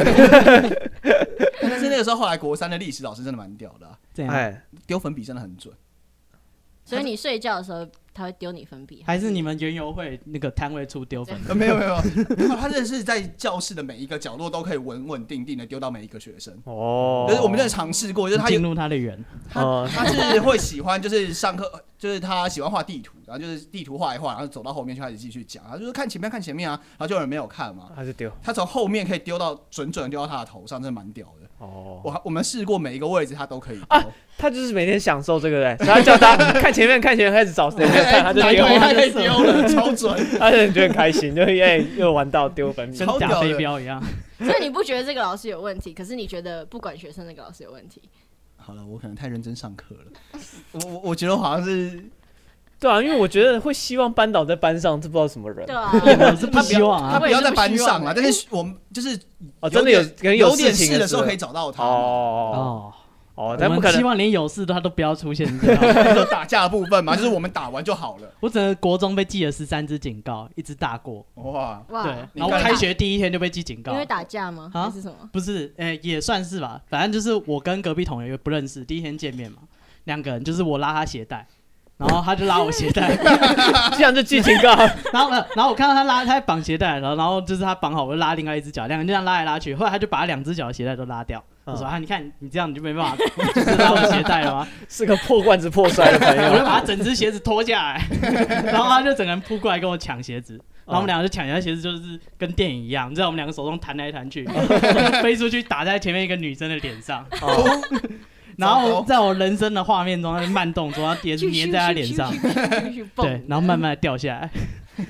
A: 得。
C: 但是那个时候后来国三的历史老师真的蛮屌的啊、
B: 这样
A: 哎，
C: 丢粉笔真的很准。
D: 所以你睡觉的时候，他会丢你粉笔，
B: 还是你们园游会那个摊位处丢分？
C: 呃、没有没有， 没有他真的是在教室的每一个角落都可以稳稳定定的丢到每一个学生。
A: 哦，
C: 就是我们真的尝试过，就是他有
B: 进入他的园，
A: 哦
C: 他他是会喜欢，就是上课， 就是他喜欢画地图，然后就是地图画一画，然后走到后面去开始继续讲，他就是看前面看前面啊，然后就有人没有看嘛，
A: 还是丢
C: 他从后面可以丢到准准地丢到他的头上，真的蛮屌的。
A: 哦，
C: 我我们试过每一个位置他都可以丢，
A: 啊他就是每天享受这个嘞，所以他叫他看前面看前面开始找谁，
C: 哎
A: 看他就
C: 哪 一
A: 丢，
C: 个他可以丢了，超准。
A: 他就觉得很开心，就哎又玩到丢粉笔
B: 跟。
C: 超屌
B: 打
C: 的
B: 飞 镖一样。
D: 所以你不觉得这个老师有问题，可是你觉得不管学生那个老师有问题，
C: 好了，我可能太认真上课了，我我我觉得我好像是
A: 对啊，因为我觉得会希望班导在班上，这不知道什么人
D: 对啊，
B: 我是不希望
C: 他
B: 啊，
C: 不要欸在班上
D: 我
C: 了，
D: 也是不希望的
C: 但是我们就是
A: 哦，真的有可能
C: 点有
A: 事
C: 点
A: 情
C: 事的时候可以
A: 以
C: 找到他嘛，
A: 哦
B: 哦，
A: 哦，
B: 我
A: 但不
B: 们
A: 可
B: 希
A: 能
B: 望连有事都他都不要出现，你知道吗？
C: 就打架的部分 嘛，就是我们打完就好了。
B: 我整个国中被记了十三支警告，一直大过。
C: 哇，
B: 对
D: 哇，，
B: 然后
C: 你看
B: 开学第一天就被记警告
D: 啊因。为打架吗？
B: 啊
D: 还是什么？
B: 不是，哎、也算是吧。反正就是我跟隔壁同学又不认识，第一天见面嘛，两个人就是我拉他鞋带，然后他就拉我鞋 带，
A: 这样就记警告。
B: 然后呢，然后我看到他拉，他在绑鞋带，然后然后就是他绑好，我就拉另外一只脚，两个人就这样拉来拉去。后来他就把两只脚的鞋带都拉掉，我说
A: 嗯
B: 啊，你看你这样你就没办法就是拉我鞋带了吗？
A: 是个破罐子破摔的朋
B: 我就
A: 友。
B: 把他整只鞋子脱下来，然后他就整个人扑过来跟我抢鞋子。然后我们两个就抢人家鞋子，就是跟电影一样，你知道我们两个手中弹来弹去，飞出去打在前面一个女生的脸上。
A: 哦
B: 然后在我人生的画面中，它是慢动作，然后叠
D: 咻咻
B: 粘在他脸上
D: 咻，咻咻咻咻
B: 对，然后慢慢地掉下来，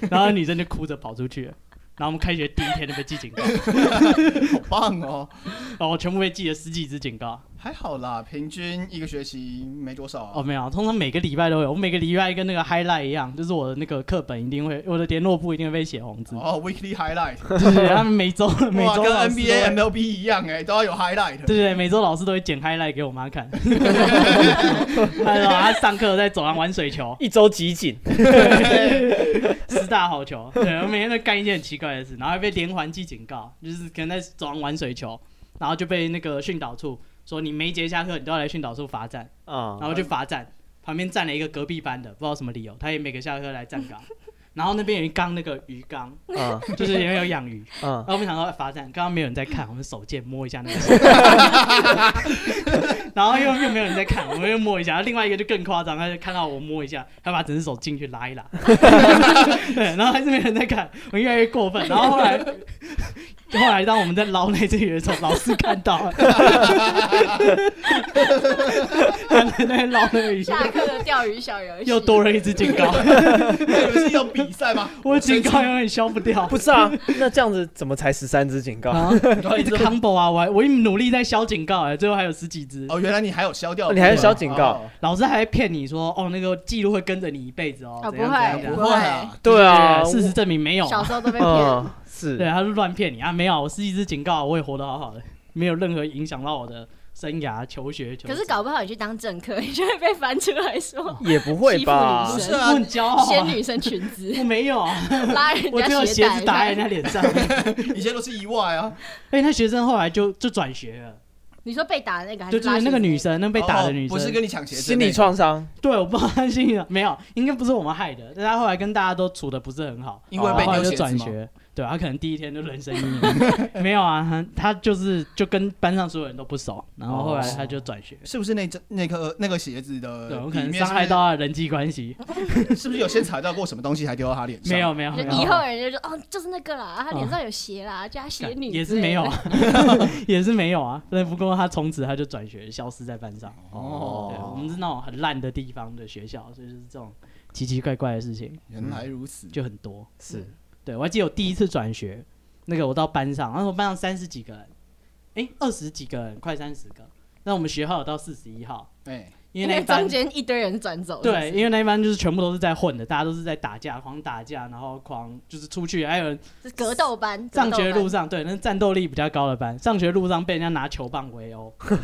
B: 然后女生就哭着跑出去了。然后我们开学第一天就被记警告，
C: 好棒哦！
B: 然后我全部被记了十几支警告，
C: 还好啦，平均一个学期没多少、
B: 哦，
C: 啊。
B: 没有，通常每个礼拜都有。我每个礼拜跟那个 highlight 一样，就是我的那个课本一定会，我的联络簿一定会被写红字。
C: 哦，weekly highlight，
B: 对对，他们每周每
C: 哇，
B: 周
C: 跟
B: 老师都会
C: NBA、MLB 一样哎、都要有 highlight。
B: 对对，每周老师都会剪 highlight 给我妈看。他说他上课在走廊玩水球，
A: 一周集锦，
B: 十大好球。对，我每天都干一件很奇怪的事，然后还被连环记警告，就是可能在走廊玩水球，然后就被那个训导处说你每一节下课你都要来训导处罚站，
A: 啊、
B: 然后就罚站。旁边站了一个隔壁班的，不知道什么理由，他也每个下课来站岗。然后那边有一缸那个鱼缸，
A: 啊
B: 就是因为有养鱼，
A: 啊
B: 然！后哦我们想到罚站，刚刚没有人在看，我们手 贱摸一下那个，然后又又没有人在看，我们又摸一下。然后另外一个就更夸张，他就看到我摸一下，他把整只手进去拉 一拉，对，然后还是没人在看，我越来越过分。然后后来，后来当我们在捞那只鱼的时候，老师看到了，他在那边捞那个鱼，
D: 下课的钓鱼小游戏
B: 又多了一只警告，
C: 那游戏要比赛吗？
B: 我的警
C: 生
B: 告永远消不掉。
A: 不是啊，那这样子怎么才十三只警告？
B: 啊，一直 combo 啊，我还我一努力在消警告、哎，最后还有十几只。
C: 气 哦，原来你还有消掉，
A: 你还有消警告
C: 哦
B: 老师还骗你说，哦，那个记录会跟着你一辈子哦，
D: 哦
B: 怎样
D: 不会
B: 怎样怎样
C: 不会啊，
A: 对啊，
B: 对事实证明没有啊，
D: 小时候都被骗。
A: 嗯
B: 对，
A: 是，
B: 他是乱骗你啊，没有，我是一支警告，我也活得好好的，没有任何影响到我的生涯、求学、求职。
D: 可是搞不好你去当政客，你就会被翻出来说
A: 也不会吧
D: 欺
C: 不
D: 负？女
C: 是
B: 我
C: 啊，
B: 很骄傲、
D: 掀
B: 啊，
D: 女生裙子，
B: 我没有啊，
D: 拉 人
B: 我只有
D: 家
B: 鞋子打在
D: 带
B: 人。家脸 上。
C: 一切都是意外 啊。
B: 哎，那学生后来就就转学了，
D: 你说被打的那个还
B: 就是就是那个女生，那被打的女
C: 哦
B: 生，
C: 不是跟你抢鞋子
A: 心
C: 那个，
A: 理创伤，
B: 对，我不知道她心里没有，应该不是我们害的，但他后来跟大家都处的不是很好，
C: 因为
B: 然
C: 被
B: 后后来
C: 丢
B: 就
C: 鞋子
B: 转
C: 吗？
B: 学，对他可能第一天就人生阴影， 没有啊，他他就是就跟班上所有人都不熟，然后
C: 哦
B: 后来他就转学，
C: 是不是那只那颗呃那个鞋
B: 对
C: 子的
B: 我可
C: 里
B: 能
C: 面
B: 伤害到他的人际关系，
C: 是不是，是不啊是有先踩到过什么东西，还丢到他脸 上？
B: 没，有没有
D: 就
B: 没
D: 以
B: 有，
D: 后人就说哦，就是那个啦，她脸上有 血啦，叫她血
B: 干
D: 女
B: 也
D: 之
B: 是
D: 类
B: 没有
D: 的
B: 啊，也是没有啊，但不过他从此他就转学，消失在班上。对，
C: 哦，
B: 我们是那种很烂的地方的学校，所以就是这种奇奇怪怪的事情
C: 原来如此。
B: 就很多。
A: 是
B: 对，我还记得我第一次转学，那个我到班上，那时候班上三十几个人，诶，二十几个人，快三十个。那我们学号有到四十一号，
C: 哎，
B: 因为
D: 因
B: 那
D: 为
B: 一班
D: 中间一堆人转走，是不
B: 对，
D: 是，
B: 因为那一班就是全部都是在混的，大家都是在打架，狂打架，然后狂就是出去，还有人
D: 是格斗班，格
B: 上
D: 斗
B: 学
D: 班
B: 路上，对，那是战斗力比较高的班，上学路上被人家拿球棒围 殴，然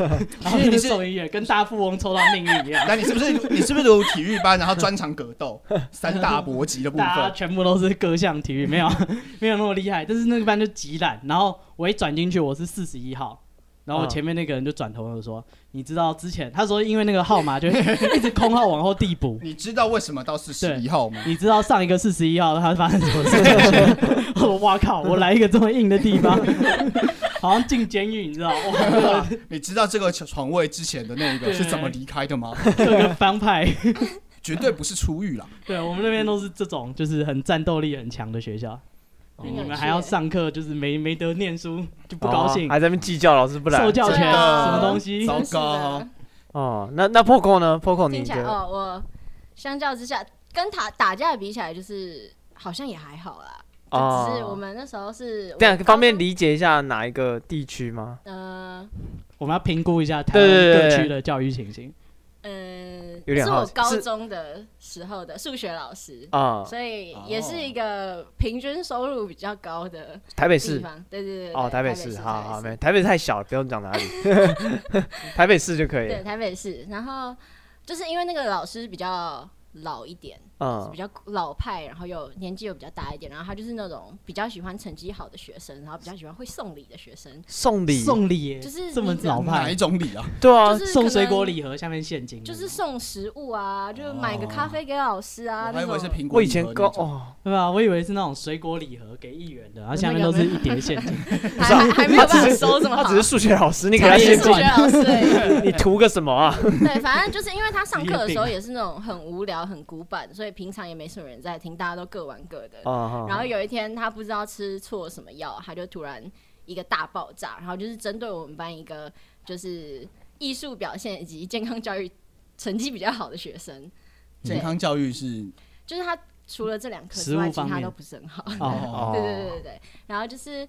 B: 后
C: 所以
B: 就
C: 你
B: 是
C: 是
B: 受音乐，跟大富翁抽到命运一样，
C: 那你是不是你是不是读体育班，然后专长格斗，三大搏击的 部
B: 大家
C: 分？
B: 全部都是各项体育，没有 没有那么厉害，但是那个班就极懒。然后我一转进去，我是四十一号，然后我
A: 嗯
B: 前面那个人就转头就说：“你知道之前他说因为那个号码就 一直空号往后递补。”
C: 你知道为什么到四十一号吗？
B: 你知道上一个四十一号他发生什么事情？我哇靠！我来一个这么硬的地方， 好像进监狱，你知道？哇，
C: 你知道这个床位之前的那个
B: 对
C: 是怎么离开的吗？
B: 各个 帮派。
C: 绝对不是出狱啦。
B: 对我们那边都是这种，就是很战斗力很强的学校。
A: 哦
B: 你们还要上课，就是没没得念书就不高兴
A: 哦，还在那边计较老师不来
B: 受。教权
D: 真的
B: 什么东西？
C: 糟
D: 真是
C: 糕
D: 的，
A: 哦，那那 Poco 呢？Poco 你
D: 听起来
A: 的
D: 哦，我相较之下跟打打架比起来，就是好像也还好啦。就只是我们那时候是，
A: 哦这样
D: 我
A: 方便
D: 高中
A: 理解一下哪一个地区吗？
D: 呃
B: 我们要评估一下台湾
A: 对对对
B: 各
A: 对
B: 区的教育情形。
D: 呃，
A: 有点
D: 是
A: 好
D: 我
A: 奇
D: 高
A: 是
D: 中的时候的数学老师，
A: 啊，
D: 所以
B: 哦
D: 也是一个平均收入比较高的
A: 台北
D: 地
A: 市
D: 方。对对对，
A: 哦，台
D: 台
A: 北
D: 市，
A: 市，
D: 台
A: 好好，没
D: 北市
A: 台北太小了，不用讲哪里， 台北市就可以
D: 对
A: 了。
D: 台北市。然后就是因为那个老师比较老一点，
A: 嗯
D: 比较老派，然后又年纪又比较大一点，然后他就是那种比较喜欢成绩好的学生，然后比较喜欢会送礼的学生，
A: 送礼，
B: 送礼耶，
D: 就是
B: 这么
D: 你
B: 老
C: 哪一
B: 派，
C: 种礼啊？
A: 对啊
D: 就，是
B: 送
D: 可
B: 水
D: 能
B: 果礼盒下面现金，
D: 就是送食物啊，就是买个
C: 哦
D: 咖啡给老师
C: 我
D: 啊，
C: 还
D: 那
C: 以为是
D: 种。
C: 苹果。
A: 我以前高，哦，
B: 对吧？我以为是那种水果礼盒给议员的，然后啊下面都是一叠现金，
D: 还还还没有
A: 他只
D: 办法
A: 是
D: 收这么好，
A: 他只是数学老师，你给
B: 他
A: 他
D: 只
B: 先
D: 是
A: 先
D: 数
A: 进，
D: 学老师而已。
A: 你图个什么啊？
D: 对，反正就是因为他上课的时候也是那种很无聊、很古板，所以平常也没什么人在听，大家都各玩各的。
A: 啊，
D: 然后有一天他不知道吃错什么药，他就突然一个大爆炸，然后就是针对我们班一个就是艺术表现以及健康教育成绩比较好的学生，
C: 健康教育是
D: 就是他除了这两科
B: 食
D: 之
B: 物
D: 外，其
B: 方
D: 他
B: 面
D: 都不是很好。
A: 哦
B: 哦，
D: 对对对对对，然后就是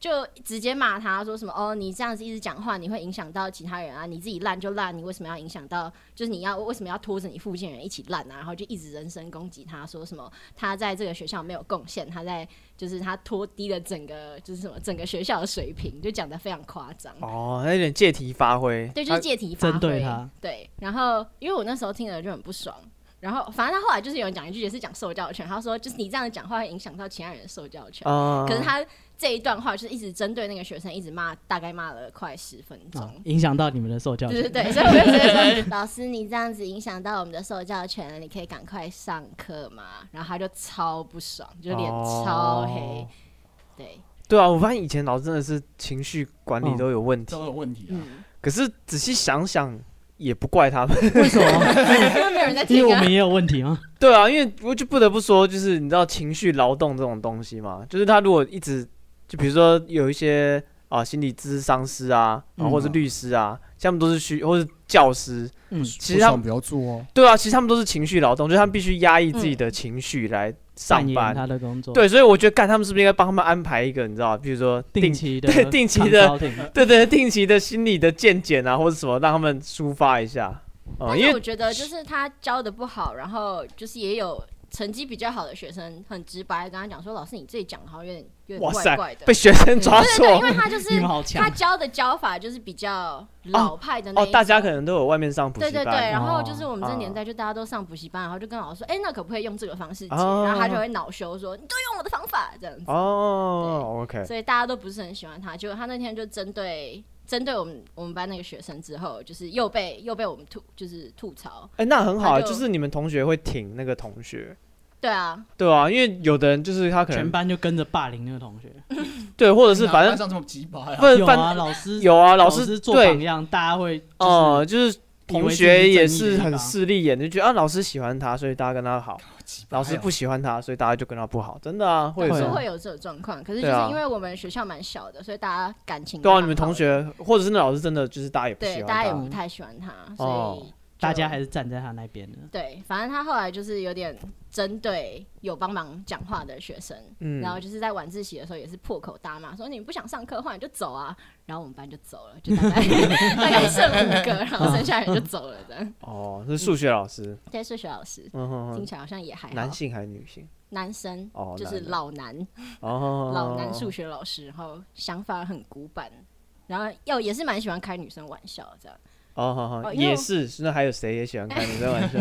D: 就直接骂他说什么哦，你这样子一直讲话，你会影响到其他人啊，你自己烂就烂，你为什么要影响到？就是你要为什么要拖着你附近人一起烂啊？然后就一直人身攻击他，说什么他在这个学校没有贡献，他在就是他拖低了整个就是什么整个学校的水平，就讲的非常夸张。
A: 哦，他有点借题发挥，
D: 对，就是借题发挥。
B: 针对他
D: 对，然后因为我那时候听了就很不爽，然后反正他后来就是有人讲一句也是讲受教权，他说就是你这样讲话会影响到其他人的受教权。
A: 啊，
D: 可是他这一段话就是一直针对那个学生，一直骂，大概骂了快十分钟。
A: 哦
B: 啊影响到你们的受教
D: 对对
B: 育。
D: 对，所以我就觉得 说，老师你这样子影响到我们的受教权了，你可以赶快上课嘛。然后他就超不爽，就脸超黑。
A: 哦
D: 对，
A: 对啊，我发现以前老师真的是情绪管理都有问题，
C: 都有问题啊。
D: 嗯，
A: 可是仔细想想也不怪他们。
B: 为什么？
D: 因为没有人在
B: 因
D: 听
B: 为我
D: 啊
B: 们。也有问题吗？
A: 对啊，因为我就不得不说，就是你知道情绪劳动这种东西嘛，就是他如果一直就比如说有一些啊心理咨商师啊，啊
B: 嗯
A: 或是律师啊，像他们都是需或是教师，
B: 嗯，
A: 其实他们
C: 不要做哦。
A: 对啊，其实他们都是情绪劳动，就是他们必须压抑自己的情绪来上
B: 扮演
A: 班。
B: 他的工作，，
A: 对，所以我觉得干他们是不是应该帮他们安排一个，你知道，比如说
B: 定期的
A: 对定期的
B: consulting
A: 对对，定期的心理的健检啊，或者什么，让他们抒发一下。哦、
D: 但
A: 因
D: 是
A: 为
D: 我觉得就是他教的不好，然后就是也有成绩比较好的学生很直白地跟他讲说，老师你这里讲好像有点有点
A: 哇塞
D: 怪怪的。
A: 被学生抓
D: 对对，因
A: 错
D: 为他就是
B: 你们好
D: 他
B: 强，
D: 教的教法就是比较老派的那一
A: 哦，
D: 种
A: 大家可能都有外面上补
D: 对
A: 习
D: 对
A: 班，
D: 对，然后
B: 哦
D: 就是我们这
A: 啊
D: 年代就大家都上补习班，然后就跟老师说，哎，那可不可以用这个方式解？
A: 哦
D: 然后他就会恼羞说，你都用我的方法这样子，
A: 哦，OK，
D: 所以大家都不是很喜欢他。结果他那天就针对针对我们我们班那个学生之后，就是又被又被我们吐就是吐槽，
A: 哎、那很好啊，
D: 他就
A: 就是你们同学会挺那个同学，
D: 对啊，
A: 对啊，因为有的人就是他可
B: 全
A: 能
B: 班就跟着霸凌那个同学。
A: 对，或者是反
C: 班
A: 正
C: 上这么鸡巴呀，
A: 不是呃
B: 有
A: 反
B: 啊，老师
A: 有啊，老
B: 师
A: 师
B: 做榜
A: 对
B: 样，大家会
A: 哦、就是
B: 以
A: 同
B: 为自己
A: 学
B: 是
A: 也
B: 正义的
A: 是
B: 一
A: 很
B: 方
A: 势利眼，就觉得啊老师喜欢他，所以大家跟他好，
C: 鸡巴呀
A: 老师不喜欢他，所以大家就跟他不好，真的啊，会有
D: 就
A: 这
D: 是
A: 种
D: 会有这种状况。可是就
A: 对啊
D: 是因为我们学校蛮小的，所以大家感情
A: 对啊，
D: 蛮
A: 你们
D: 好
A: 同
D: 的
A: 学或者是那老师真的就是大家也不喜
D: 对
A: 欢
D: 大家也
A: 他，
D: 不太喜欢他，
A: 哦
D: 所以
B: 大家
D: 就
B: 还是站在他那边的。
D: 对，反正他后来就是有点针对有帮忙讲话的学生，
A: 嗯
D: 然后就是在晚自习的时候也是破口大骂，说你不想上课的话你就走啊，然后我们班就走了，就 大概大概剩五个，然后剩下人就走了这样。
A: 哦，是数学老师，
D: 对，数学老师
A: 嗯哼
D: 嗯听
A: 哼，
D: 起来好像也还好，
A: 男性还是女性？
D: 男生
A: 哦
D: 就是
A: 男的
D: 老男
A: 哦，
D: 老男数学老师，然后想法很古板，然后又也是蛮喜欢开女生玩笑这样。
A: 哦，好好，
D: 哦因为
A: 也
D: 我
A: 是，那还有谁也喜欢开女生玩 笑？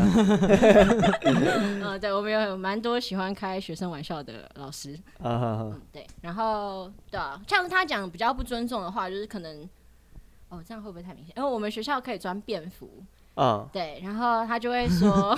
D: 嗯，对，我们有蛮多喜欢开学生玩笑的老师。
A: 啊哈哈，
D: 嗯，对，然后对啊，像他讲比较不尊重的话，就是可能哦，这样会不会太明显？因为我们学校可以穿便服，
A: 嗯，
D: 对，然后他就会说，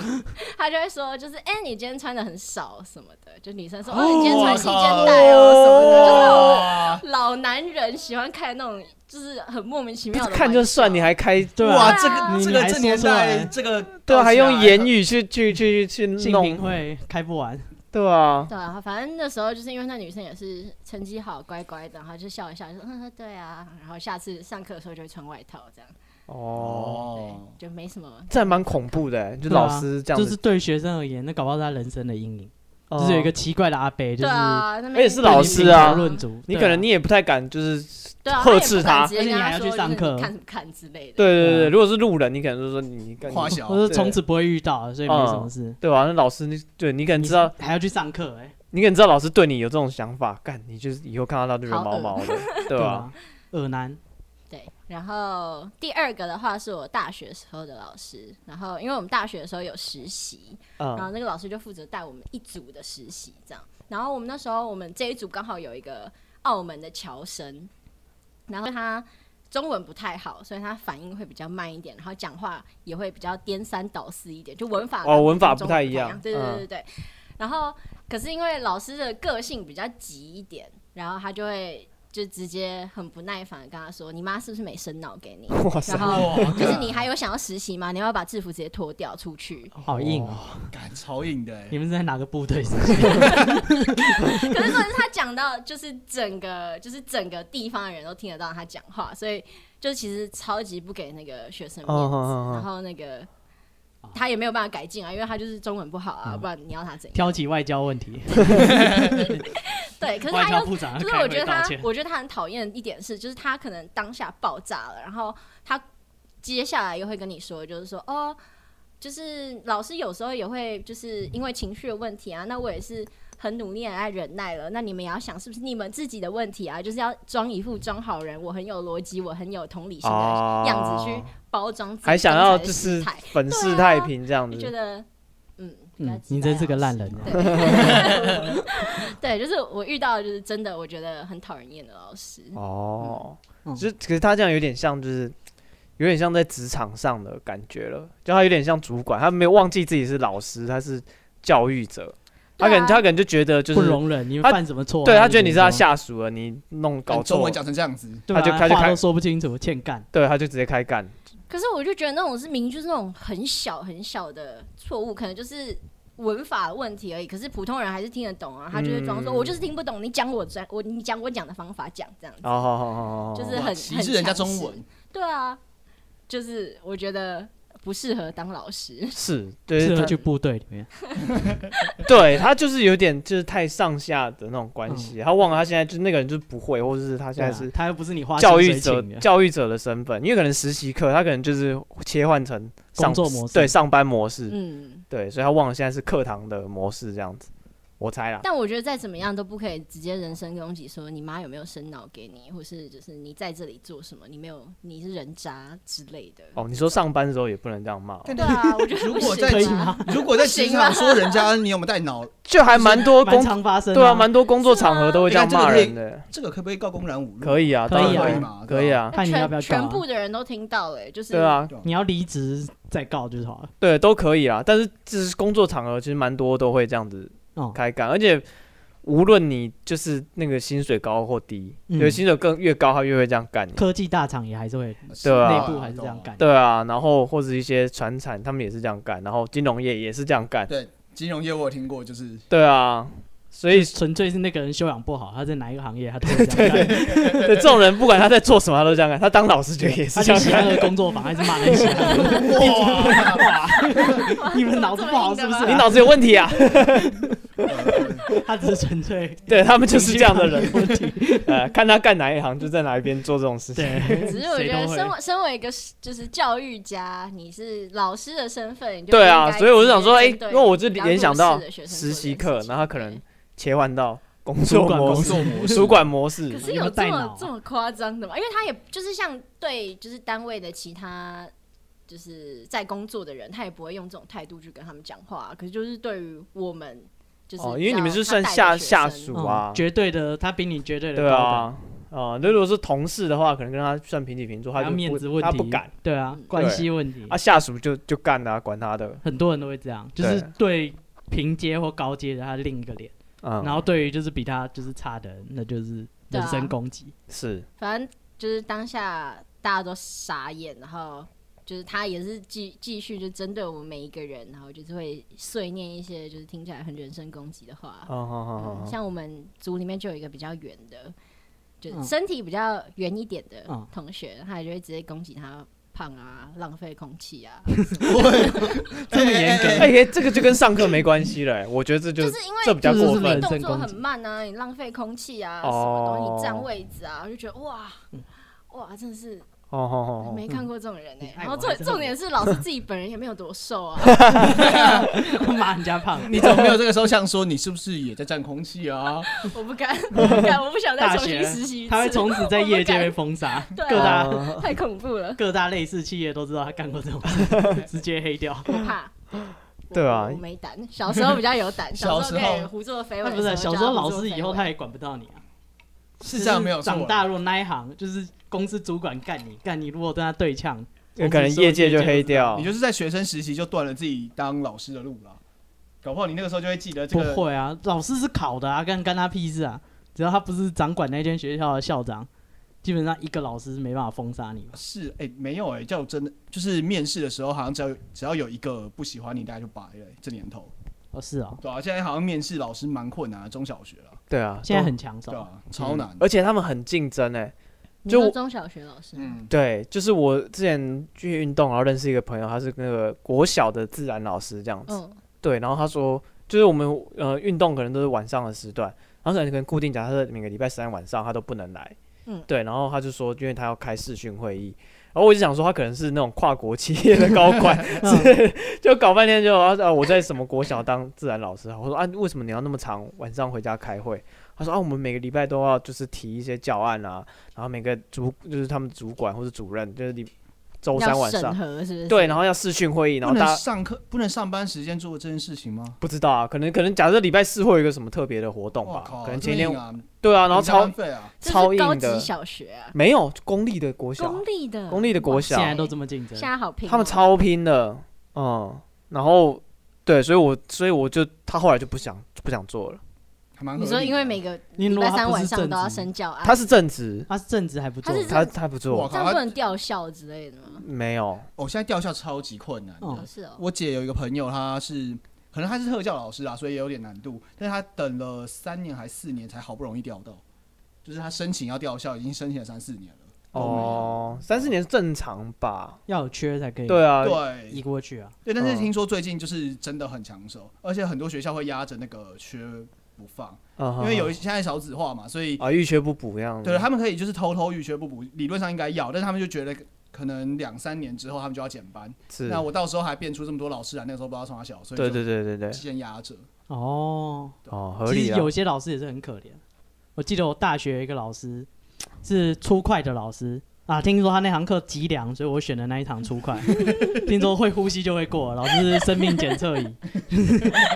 D: 他就会说，就是哎、你今天穿的很少什么的，就女生说，哦，你今天穿细肩带啊哦什么的，就是那
C: 哇
D: 种老男人喜欢看那种就是很莫名其妙的玩笑，
A: 看就算，你还开，
B: 对啊
C: 哇，
D: 对啊
C: 这
B: 你
C: 个这个
B: 还
C: 这年
B: 说出来
C: 代这个
A: 对啊，还用言
C: 语
A: 语去去去去
B: 性
A: 弄
B: 平，会开不完，
A: 对啊，
D: 对啊，反正那时候就是因为那女生也是成绩好，乖乖的，然后就笑一笑，就说嗯对啊，然后下次上课的时候就会穿外套这样，
A: 哦，
C: 哦，
D: 就没什么。
A: 这还蛮恐怖的，欸就
B: 对啊
A: 老师这样
B: 就
A: 子
B: 是，对学生而言，那搞不好是他人生的阴影。
A: 哦
B: 就是有一个，奇怪的阿伯，就是
D: 对啊，那边
A: 而且是
B: 对你
A: 老师啊
B: 评头论足，
A: 你
B: 对啊
A: 可能你也不太敢，就是
D: 对啊，
A: 呵
D: 他也
A: 斥
D: 不敢
A: 他
D: 直接
B: 而且
D: 跟
B: 你还
D: 他
B: 要去
D: 说就是
B: 上
D: 你
B: 课
D: 看什么看之类
A: 对
D: 的。
A: 对
B: 对
D: 哦
A: 对，
B: 啊
A: 如果是路人，你可能就说你跟
C: 花小
B: 我说从此不会遇到，所以没什么事。
A: 对啊吧？那老师，你对你可能知道，
B: 还要去上课，哎，
A: 你可能知道老师对你有这种想法，干你就是以后看到他就人
D: 好
A: 毛
D: 恶
A: 毛的，对
B: 对
A: 吧？
B: 啊，恶男，
D: 对，然后第二个的话是我大学时候的老师，然后因为我们大学的时候有实习，然后
A: 嗯，
D: 那个老师就负责带我们一组的实习这样。然后我们那时候我们这一组刚好有一个澳门的侨生，然后他中文不太好，所以他反应会比较慢一点，然后讲话也会比较颠三倒四一点，就文法
A: 哦
D: 跟
A: 文法
D: 中
A: 不太
D: 文
A: 一
D: 一
A: 样
D: 对对
A: 嗯
D: 对对对。然后可是因为老师的个性比较急一点，然后他就会。就直接很不耐烦的跟他说：“你妈是不是没生脑给你？
A: 哇塞
D: 然， 后哦就是你还有想要实习吗？你要不要把制服直接脱掉出去？
B: 好硬哦！
C: 感超硬的欸，
B: 你们是在哪个部队？
D: 可是重点是他讲到，就是整个就是整个地方的人都听得到他讲话，所以就其实超级不给那个学生面子。
A: 哦哦哦哦
D: 然后那个他也没有办法改进啊，因为他就是中文不好
A: 嗯
D: 啊，不然你要他怎样？
B: 挑起外交问题，
D: 对，可是
B: 外
D: 他又
B: 交部长
D: 就是
B: 啊开
D: 我
B: 会
D: 觉得
B: 道
D: 他
B: 歉，。
D: 我觉得他很讨厌的一点是，就是他可能当下爆炸了，然后他接下来又会跟你说，就是说哦，就是老师有时候也会就是因为情绪的问题啊，那我也是。很努力、很爱忍耐了，那你们也要想是不是你们自己的问题啊？就是要装一副装好人，我很有逻辑，我很有同
B: 哦
D: 理心的样
A: 啊
D: 子去啊包装自己
A: 哦还想
D: 刚才
A: 要就
D: 的
A: 是
D: 心态
A: 粉饰
D: 对啊
A: 太平这样
D: 就觉
A: 子，
D: 得，嗯，比较
B: 嗯，
D: 直
B: 你
D: 白
B: 真是
D: 啊
B: 个 烂人啊。
D: 对，就是我遇到的就是真的，我觉得很讨人厌的老师。
A: 哦
B: 嗯，
A: 就是可是他这样有点像就是。有点像在职场上的感觉了，就他有点像主管，他没有忘记自己是老师，他是教育者，他可
D: 对啊
A: 能他可能就觉得就
B: 不
A: 是，
B: 容忍，你
A: 他
B: 犯什么错？啊
A: 对他
B: 就
A: 觉得你是他
B: 说，
A: 下属了，你弄搞
C: 中
A: 错
C: 文，讲成这样子，
B: 对吧啊
A: 他就开始
B: 话
A: 开
B: 都说不清楚，欠干。
A: 对，他就直接开干，
D: 可是我就觉得那种是明明就是那种很小很小的错误，可能就是文法问题而已。可是普通人还是听得懂啊，他就会装说、
A: 嗯
D: 我就是听不懂，你讲我讲我你讲我讲的方法讲这样子。
A: 哦，好好好好，
D: 就是
C: 哇
D: 很
C: 歧
D: 很
C: 视人家
D: 强
C: 中
D: 势
C: 文，
D: 对啊，就是我觉得不适合当老师。
A: 是，
B: 适
A: 对
B: 合
A: 他
B: 去部队里面，
A: 对他就是有点就是太上下的那种关系，他忘了他现在就是那个人就是不会，或者是他现在
B: 对啊
A: 是
B: 他又不是你花
A: 教育
B: 薪水
A: 者
B: 请的
A: 教育者的身份，因为可能实习课他可能就是切换成上
B: 工作模式
A: 对上班模式，
D: 嗯，
A: 对，所以他忘了现在是课堂的模式这样子，我猜啦。
D: 但我觉得再怎么样都不可以直接人身攻击，说你妈有没有生脑给你，或是就是你在这里做什么，你没有你是人渣之类的。
A: 哦，你说上班的时候也不能这样骂，哦
D: 对啊，我觉得
C: 如
D: 不
C: 果
D: 行
C: 在
B: 可以
D: 啊
B: 吗？
C: 如果在职场说人家你有没有带脑，
A: 就还蛮多
B: 蛮
A: 工
B: 常发生的。
A: 对啊，蛮多工作场合都会这样
C: 是吗
A: 骂人的，
C: 这个可不可以告公然侮辱？
A: 可以啊，
B: 可以啊
A: 当
C: 可以
A: 然
C: 嘛？
A: 可以
C: 对吧。
A: 啊，
D: 那
B: 看你
D: 全
B: 要不要告啊
D: 全部的人都听到哎、就是
A: 对啊，
B: 你要离职再告就是好了。
A: 对，都可以啊。但是这是工作场合，其实蛮多都会这样子
B: 哦，
A: 开干，而且无论你就是那个薪水高或低，
B: 嗯
A: 有薪水更越高，他越会这样干你。
B: 科技大厂也还是会
A: 对啊
B: 内部还是这
C: 哦
B: 样。干。
A: 对啊，然后或者一些船产，他们也是这样干，然后金融业也是这样干。
C: 对，金融业我有听过，就是
A: 对啊，所以
B: 就纯粹是那个人修养不好，他在哪一个行业他都会这样干。
A: 对这种人，不管他在做什么，他都这样干。他当老师就也是这
B: 他去
A: 样
B: 其他
A: 干。
B: 的工作坊还是骂人家。哇！你们脑子不好是不是啊？
A: 你脑子有问题啊！
B: 他只是纯粹
A: 对他们就是这样的人
B: 情绪，管理问题。
A: 呃，看他干哪一行，就在哪一边做这种事情。
B: 对，
D: 只是我
B: 谁
D: 觉
B: 都
D: 得
B: 会
D: 身为身为一个就是教育家，你是老师的身份，你就
A: 对
D: 不
A: 啊，
D: 应该
A: 所以我就想说，哎、
D: 直接针对
A: 因为我就联想
D: 比较
A: 到
D: 弱势的学生做
A: 实习课，
D: 这件事情
A: 然后他可能切换到工作
B: 主管
A: 模
B: 公
C: 工
A: 式、
C: 作模式，
A: 主管模式
D: 可，是
B: 有没
D: 有
B: 有
D: 这
B: 带脑
D: 么
B: 啊
D: 这么夸张的吗？因为他也就是像对就是单位的其他就是在工作的人，他也不会用这种态度去跟他们讲话、啊可是就是对于我们就是
A: 哦因为你们
D: 比较
A: 是算
D: 他带
A: 下
D: 的学
A: 下
D: 生
A: 属啊
B: 嗯绝对的，他比你绝对的
A: 对
B: 高等。
A: 啊，啊，那如果是同事的话，可能跟他算平起平坐，他
B: 还有
A: 就
B: 面
A: 不
B: 子问
A: 他
B: 题，
A: 不敢
B: 对啊，关系问题
A: 啊，下属就就干了、管他的，
B: 很多人都会这样，就是对平阶或高阶的他另一个脸，
A: 嗯，
B: 然后对于就是比他就是差的人，那就是人身攻击。
A: 是
D: 反正就是当下大家都傻眼，然后就是他也是继继续就针对我们每一个人，然后就是会碎念一些就是听起来很人身攻击的话
A: 哦，。好好好
D: 嗯
A: 好，
D: 像我们组里面就有一个比较圆的，就
B: 嗯
D: 身体比较圆一点的
B: 嗯
D: 同学，他也就会直接攻击他胖啊、浪费空气啊，
B: 这么严格
C: 哎哎哎
A: 哎、这个就跟上课没关系了、哎我觉得 这就
D: 就是因为
A: 这比较
B: 就是
A: 过
B: 这么
A: 分
B: 人
D: 动
B: 身
D: 作
B: 攻
D: 很
B: 击
D: 慢啊，你浪费空气啊，
A: 哦
D: 什么东西你占位置啊，我就觉得哇。哇，真的是
A: 哦哦哦哦，
D: 没看过这种人哎、
B: 嗯
D: 然
B: 你爱我
D: 后重
B: 还是恨我
D: 重点是，老师自己本人也没有多瘦啊，
B: 骂人家胖，
C: 你怎么没有这个时候像说你是不是也在占空气啊？
D: 我不敢，我不敢，我不想再
B: 大
D: 重新
B: 学
D: 实习一次。
B: 他会从此在业界被封杀，
D: 对啊
B: 各大
D: 太恐怖了，
B: 各大类似企业都知道他干过这种事， 直接黑掉。
D: 我怕。我
A: 对啊
D: 我没胆。小时候比较有胆，
C: 小
D: 时
C: 时
D: 候
C: 候
D: 可以胡作非为。
B: 哎那不是小时候老师以后
D: 太。
B: 他也管不到你啊，
C: 是这样没有错啊
B: 长
C: 啦。
B: 大如果那一行就是公司主管干你，干你如果跟他对呛，
A: 有可能业界啊就黑掉
C: 你，就是在学生时期就断了自己当老师的路了，搞不好你那个时候就会记得这
B: 不
C: 个。
B: 会啊，老师是考的啊，干干他屁事啊！只要他不是掌管那间学校的校长，基本上一个老师没办法封杀你吧。
C: 是哎、没有哎、叫真的就是面试的时候，好像只要只要有一个不喜欢你，大家就白了、哎这年头，
B: 哦，是哦，
C: 对啊，现在好像面试老师蛮困难的，中小学了，
A: 对啊，
B: 现在
A: 都
B: 很抢
C: 对
B: 手，
C: 啊，超难。
A: 而且他们很竞争哎、
D: 你
A: 就
D: 说
A: 我
D: 中小学老师吗，
C: 嗯，
A: 对，就是我之前去运动，然后认识一个朋友，他是那个国小的自然老师这样子。
D: 嗯，
A: 对，然后他说，就是我们呃运动可能都是晚上的时段，然后可能固定假设每个礼拜三晚上他都不能来，
D: 嗯
A: 对，然后他就说，因为他要开视讯会议，然后我就想说他可能是那种跨国企业的高 管，
B: 嗯
A: 是就搞半天就啊啊我在什么国小当自然老师啊，我说啊为什么你要那么长晚上回家开会？他说啊，我们每个礼拜都要就是提一些教案啊，然后每个主就是他们主管或者主任就是你周三
D: 要
A: 晚
D: 审
A: 上
D: 核是不是？
A: 对，然后要视讯会议，然
C: 不
A: 后大家
C: 能上课，不能上班时间做这件事情吗？
A: 不知道啊，可能可能假设礼拜四会有一个什么特别的活动
C: 哇
A: 吧
C: 靠，，
A: 可能前一
C: 这么
A: 天
C: 硬啊，
A: 对啊，然后
C: 人家
A: 超
C: 浪费啊，
D: 这
A: 超
D: 是高
A: 硬
D: 级
A: 的
D: 小学啊，
A: 没有公立的国小
D: 公，立的，
A: 公立的国
B: 现
A: 小，
B: 在都这么竞争
D: 现，在好拼哦，
A: 他们超拼的，嗯，然后对，所以我所以我就他后来就不想不想做了，
C: 还蛮合
D: 你
C: 理的啊
D: 说因为每个
B: 你
D: 礼
B: 如果
D: 拜
B: 他
D: 三
B: 不
D: 晚
B: 是
D: 上
B: 正
D: 都要
B: 职，
D: 升教案，
A: 他是正职，
B: 他是正职还不
D: 他
B: 做
D: 啊是，
A: 他他不做
C: 哇，
D: 这样不能吊校之类的吗？
A: 没有，
C: 哦，现在调校超级困难的。
B: 哦
D: 哦，是哦，
C: 我姐有一个朋友，她是可能她是特教老师啊，所以也有点难度，但是她等了三年还四年才好不容易调到，就是她申请要调校，已经申请了三四年了。
A: 哦，三四年是正常吧？
B: 要有缺才可以
A: 对啊，
B: 移
C: 对
B: 过去啊。
C: 对，但
A: 嗯
C: 是听说最近就是真的很抢手，而且很多学校会压着那个缺不放，
A: 嗯
C: 因为有一现在少子化嘛，所以
A: 啊预缺不补这样子，
C: 对他们可以就是偷偷预缺不补，理论上应该要，但是他们就觉得可能两三年之后他们就要减班，
A: 是，
C: 那我到时候还变出这么多老师来，啊那个时候不知道从哪小，所以
A: 对
C: 就
A: 对对对对，
C: 先压着。
B: 哦，
A: 哦，合
B: 其
A: 理
B: 实
A: 啊，
B: 有些老师也是很可怜。我记得我大学有一个老师是粗快的老师啊，听说他那堂课极凉，所以我选的那一堂粗 快。听说会呼吸就会过，老师是生命检测仪，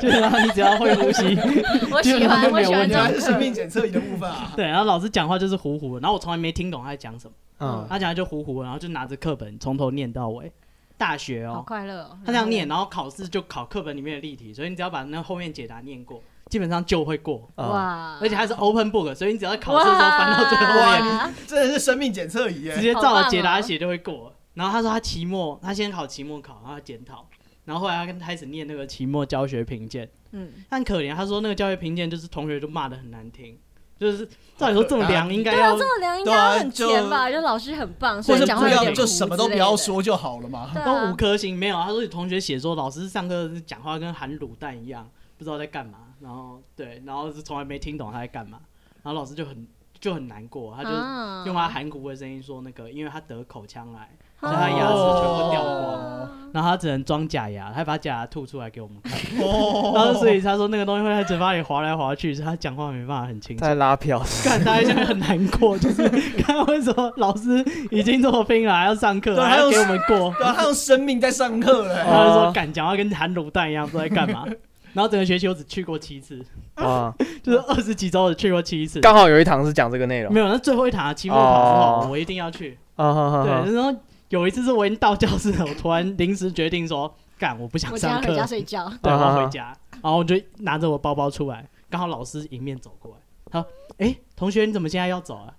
B: 就是让你只要会呼吸，
D: 我
B: 基本
D: 喜
B: 上
D: 欢
B: 都没
D: 我
B: 有
D: 喜欢
B: 问
D: 这
B: 题
C: 原来
D: 种
C: 是生命检测仪的部分啊。
B: 对，然后老师讲话就是糊糊的，然后我从来没听懂他在讲什么，
A: 嗯
B: 他讲话就糊糊的，然后就拿着课本从头念到尾。大学
D: 好
B: 哦，
D: 快乐哦。
B: 他这样念，然后考试就考课本里面的例题，所以你只要把那后面解答念过，基本上就会过。
A: 嗯
C: 啊
D: 哇，
B: 而且还是 open book，所以你只要考试的时候翻到最后面，
D: 哇，哦
C: 真的是生命检测仪
B: 直
C: 耶！
B: 接照着解答写就会过。然后他说他期末，他先考期末考，然后他检讨，然后后来他跟开始念那个期末教学评鉴，
D: 嗯，
B: 但可怜他说那个教学评鉴就是同学就骂的很难听，就是照理说这么凉应该
D: 对啊，
B: 要
D: 这。么良应该
C: 对啊
D: 要很
C: 就
D: 甜吧？就老师很棒，所
C: 或
D: 以
C: 者
D: 讲
C: 不
D: 话有
C: 要
D: 点
C: 就
D: 糊
C: 什么都
D: 之
C: 不
D: 类
C: 要
D: 的，
C: 说就好了嘛。
D: 对
B: 都
D: 啊
B: 五，颗星没有，他说有同学写说老师上课讲话跟含卤蛋一样，不知道在干嘛。然后对，然后是从来没听懂他在干嘛，然后老师就很就很难过，他就
D: 啊
B: 用他含糊的声音说那个，因为他得口腔癌，所以
D: 啊
B: 他牙齿全部掉光，
D: 哦
C: 光。
B: 然后他只能装假牙，他还把假牙吐出来给我们看。然后
C: 哦，
B: 所以他说那个东西会在嘴巴里滑来滑去，所以他讲话没办法很清楚
A: 他。在拉票，
B: 看大家就会很难过，就是看为什么老师已经这么拼了，还要上课，
C: 对
B: 还
C: 还
B: 要
C: 有
B: 给我们过。
C: 对啊，他用生命在上课
B: 然
C: 嘞。
B: 后就
A: 哦
B: 说敢讲话跟含卤蛋一样，不知道在干 嘛。然后整个学期我只去过七次，
A: 啊，
B: 就是二十几周我只去过七次，
A: 刚好有一堂是讲这个内容
B: 没，有。那最后一堂的期末考之
A: 哦
B: 后，我一定要去。
A: 啊哈哈哈
B: 对，然后有一次是我已经到教室了，我突然临时决定说，干，我不想
D: 我今
B: 上
D: 天
B: 课
D: 回，家 睡觉。
B: 对，我
A: 啊
B: 要回家。然后我就拿着我包包出来，刚好老师迎面走过来，他说：“哎，同学，你怎么现在要走啊？”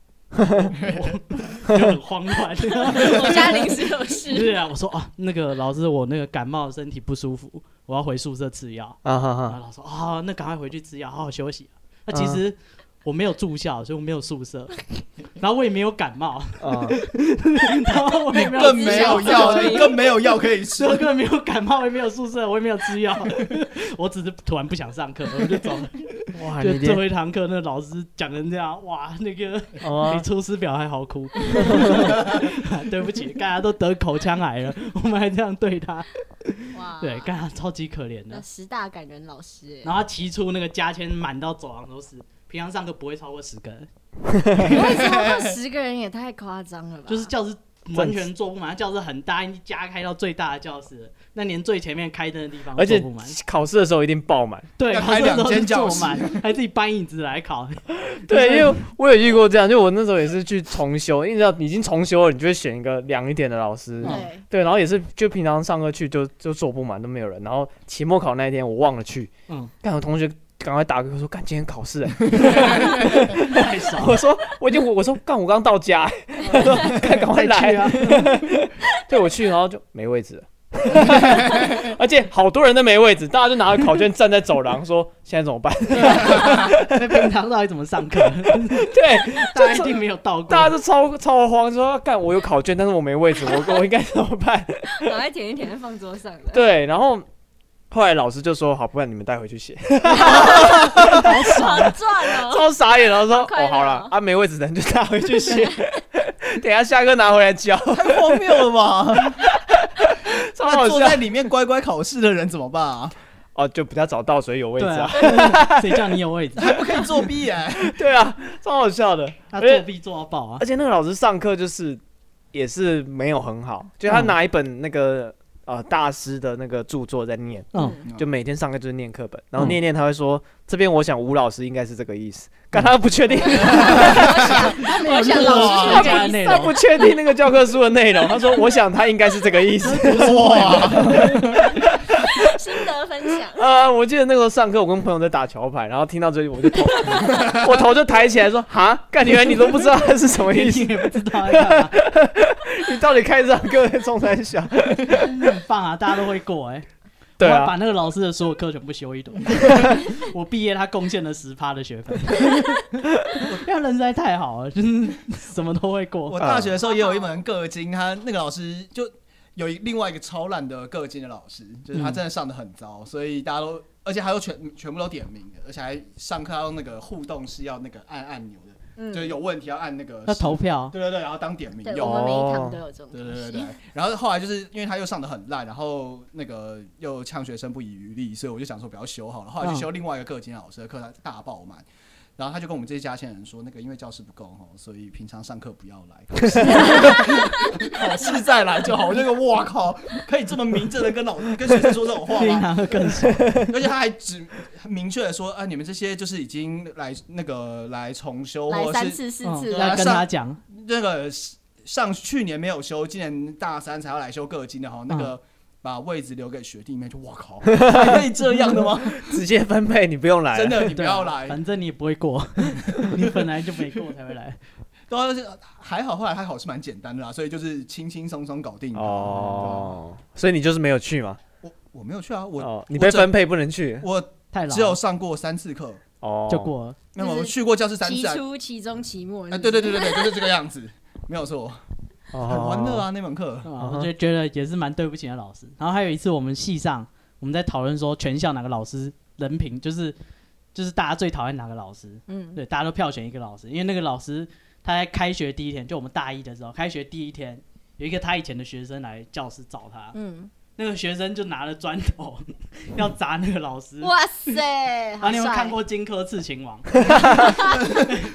B: 我就很慌乱。
D: 我家临时有
B: 对
D: 事，
B: 啊，我说啊，那个老师，我那个感冒，身体不舒服，我要回宿舍吃药。
A: 啊哈
B: 然
A: 哈，
B: 后老师说啊，那赶快回去吃药，好好休息、啊。那其实我没有住校，所以我没有宿舍，然后我也没有感冒，
A: 啊
B: 然后我也没有
C: 更没有药，你更没有药可以吃
B: 所以。我根本没有感冒，我也没有宿舍，我也没有吃药， 我只是突然不想上课，我就走了。
C: 啊
A: 哇，
B: 就
A: 你
B: 最
A: 连
B: 后一堂课，那老师讲成这样，哇，那个
A: 啊
B: 比出师表还好哭。 对不起，大家都得口腔癌了，我们还这样对他，
D: 哇，
B: 对，干他超级可怜的
D: 那。十大感人老师欸
B: 然后他骑出那个加签满到走廊都是，平常上课不会超过十个人，
D: 哎，为什么会十个人也太夸张了吧？
B: 就是教室完全坐不满，他教室很大，一加开到最大的教室了，那连最前面开灯的地方都
A: 而且
B: 坐不满，
A: 考试的时候一定爆满。
B: 对，
C: 要开两间教室
B: 坐满，还自己搬椅子来考，
A: 对，因为我有遇过这样，就我那时候也是去重修，因为你知道已经重修了，你就会选一个凉一点的老师。
B: 嗯
A: 对，
D: 对，
A: 然后也是就平常上课去就就坐不满都没有人，然后期末考那一天我忘了去，
B: 嗯，
A: 但我同学赶快打给我说，干今天考试、欸，
B: 太少。
A: 我说我已经我我说干我刚到家、欸，他说干赶快
B: 再去
A: 来，
B: 啊！
A: 对我去，然后就没位置了， 而且好多人都没位置，大家就拿着考卷站在走廊说现在怎么办？
B: 那平常到底怎么上 课？
A: 对，
B: 大家一定没有到过。
A: 大家都超超慌，说干我有考卷，但是我没位置，我 我应该怎么办？
D: 赶快舔一舔放桌上的。
A: 对，然后后来老师就说好，不然你们带回去写，
B: 啊
D: 好赚哦！
A: 超傻眼，然后说
D: 好快乐
A: 哦
D: 哦
A: 好了，啊没位置的人就拿回去写， 等一下下课拿回来交，
C: 太荒谬了吧？
A: 超好
C: 那坐
A: 笑
C: 在里面乖乖考试的人怎么办啊？
A: 哦，就比较早到，所以有位置
B: 对
A: 啊
B: 啊，， 谁叫你有位置啊？
C: 还不可以作弊哎、
A: 对啊，超好笑的，
B: 他
A: 而
B: 作
A: 且
B: 弊做到爆啊！
A: 而且那个老师上课就是也是没有很好，就他
B: 嗯
A: 拿一本那个呃大师的那个著作在念。
B: 嗯，
D: 嗯，
A: 就每天上课就是念课本，然后念一念他会说、这边我想吴老师应该是这个意 思，但他不确定，
D: 我想老师
B: 哇
D: 是
B: 他
D: 这样
B: 不内
A: 他
B: 容
A: 不确定那个教科书的内容，他说我想他应该是这个意思。
C: 哇，
D: 心得分享。
A: 呃，我记得那时候上课我跟朋友在打桥牌，然后听到这里我就头 我头就抬起来说哈，干原来你都不知道他是什么意
B: 眼
A: 思
B: 睛，也不知道在哎干嘛，
A: 你到底开这堂课在中山小？
B: 很棒啊！大家都会过哎。
A: 对
B: 我把
A: 啊，
B: 那个老师的所有课全部修一 读。我毕业，他贡献了十趴的学分，因为他人实在太好了，就是什么都会过。
C: 我大学的时候也有一门个经，他那个老师就有一另外一个超烂的个经的老师，就是他真的上的很糟，所以大家都，而且还有全全部都点名的，而且还上课要那个互动是要那个按按钮的，就是
D: 嗯，
C: 有问题要按那个
B: 要投票，
C: 对对对，然后当点名
D: 对，
C: 用
D: 我。们每一堂都有这种
C: 对对
D: 东
C: 哦对
D: 西
C: 对。，然后后来就是因为他又上的很烂，然后那个又呛学生不遗余力，所以我就想说不要修好了。后来
D: 嗯
C: 就修另外一个课间老师的课，他大爆满。然后他就跟我们这些家乡人说，那个因为教室不够哈，所以平常上课不要来，考试考试再来就好。我就觉得哇靠，可以这么明正的跟老跟学生说这种话
B: 平
C: 吗？
B: 常会更爽。
C: 而且他还只明确的说啊，你们这些就是已经来那个来重修
D: 来
C: 或
D: 三
C: 者是
D: 次四
B: 嗯
D: 次
C: 对
D: 了，
B: 要跟他讲，
C: 那个上去年没有修，今年大三才要来修各金的哈，那
B: 嗯
C: 个把位置留给学弟妹，就 我靠，还可以这样的吗？
A: 直接分配你不用来了，
C: 真的，你不
B: 对
C: 要
B: 啊，
C: 来。
B: 反正你也不会 过，你本来就没过才会来。
C: 然后啊就是还好，后来还好是蛮简单的啦，所以就是轻轻松松搞定的。
A: 哦，所以你就是没有去嘛？
C: 我我没有去啊，我
A: 哦，你被
C: 整
A: 分配不能去
C: 我
B: 太老
C: 只有上过三次课，
A: 哦，
B: 就过了，
C: 那
D: 就
C: 么
D: 是
C: 我去过教室三
D: 期
C: 次啊，
D: 初、期中、期末。
C: 啊对对对对对，就是这个样子， 没有错，
A: 哦，
C: 很欢乐啊那门课。
A: 嗯
B: 对吧
A: 哼
B: 我就觉得也是蛮对不起的老师。然后还有一次我们系上我们在讨论说全校哪个老师人品就是就是大家最讨厌哪个老师，
D: 嗯，
B: 对，大家都票选一个老师，因为那个老师他在开学第一天，就我们大一的时候，开学第一天有一个他以前的学生来教室找他，
D: 嗯，
B: 那个学生就拿了砖头 要砸那个老师。
D: 哇塞，
B: 嗯啊！
D: 好
B: 你有没有
D: 帅
B: 看过《荆轲刺秦王》？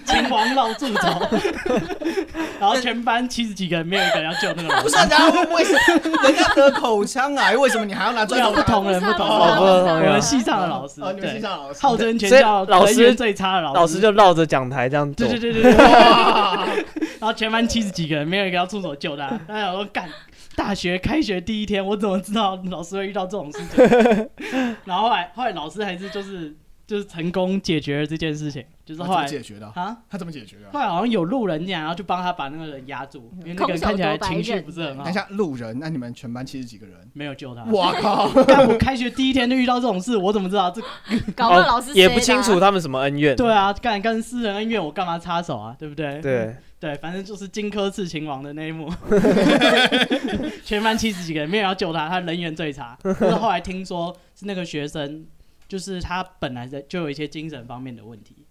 B: 秦王绕柱走， 然后全班七十几个人，没有一个人要救那个老
C: 不
B: 师
C: 是，啊，然后为什么人家得口腔癌，为什么你还要拿砖头
B: 啊不
C: 打？
B: 同人不同
A: 哦不
B: 人，
A: 同
B: 我
A: 人
B: 们系上的老师
C: 哦，你们系
B: 对，
C: 上的老师，
B: 号称全
A: 所以
B: 校
A: 老
B: 人缘
A: 师
B: 最差的
A: 老师就绕着讲台这样走
B: 对，对对对对， 然后全班七十几个人，没有一个要出手 救的啊、他想说干，大学开学第一天，我怎么知道老师会遇到这种事情？ 然后后来后来老师还是就是就是成功解决了这件事情，就是
C: 他
B: 后
C: 怎么
B: 来
C: 解决的啊？
B: 啊。
C: 他怎么解决的啊
B: 后？来好像有路人进来，然后就帮他把那个人压住，因为那个
D: 空
B: 人
D: 手
B: 看起来
D: 夺白
B: 情绪
D: 刃
B: 不是很好啊
C: 等一，下，路人，那你们全班七十几个人，
B: 没有救他。
C: 我靠！
B: 但我开学第一天就遇到这种事，我怎么知道？这
D: 搞不好老师
A: 哦也
D: 谁
A: 不
D: 的
A: 清
D: 啊
A: 楚他们什么恩怨，
B: 对啊，干干私人恩怨，我干嘛插手啊？对不对？
A: 对，
B: 对，反正就是荆轲刺秦王的那一幕， 全班七十几个人，没有人要救他，他人缘最差。就是后来听说是那个学生，就是他本来在就有一些精神方面的问题，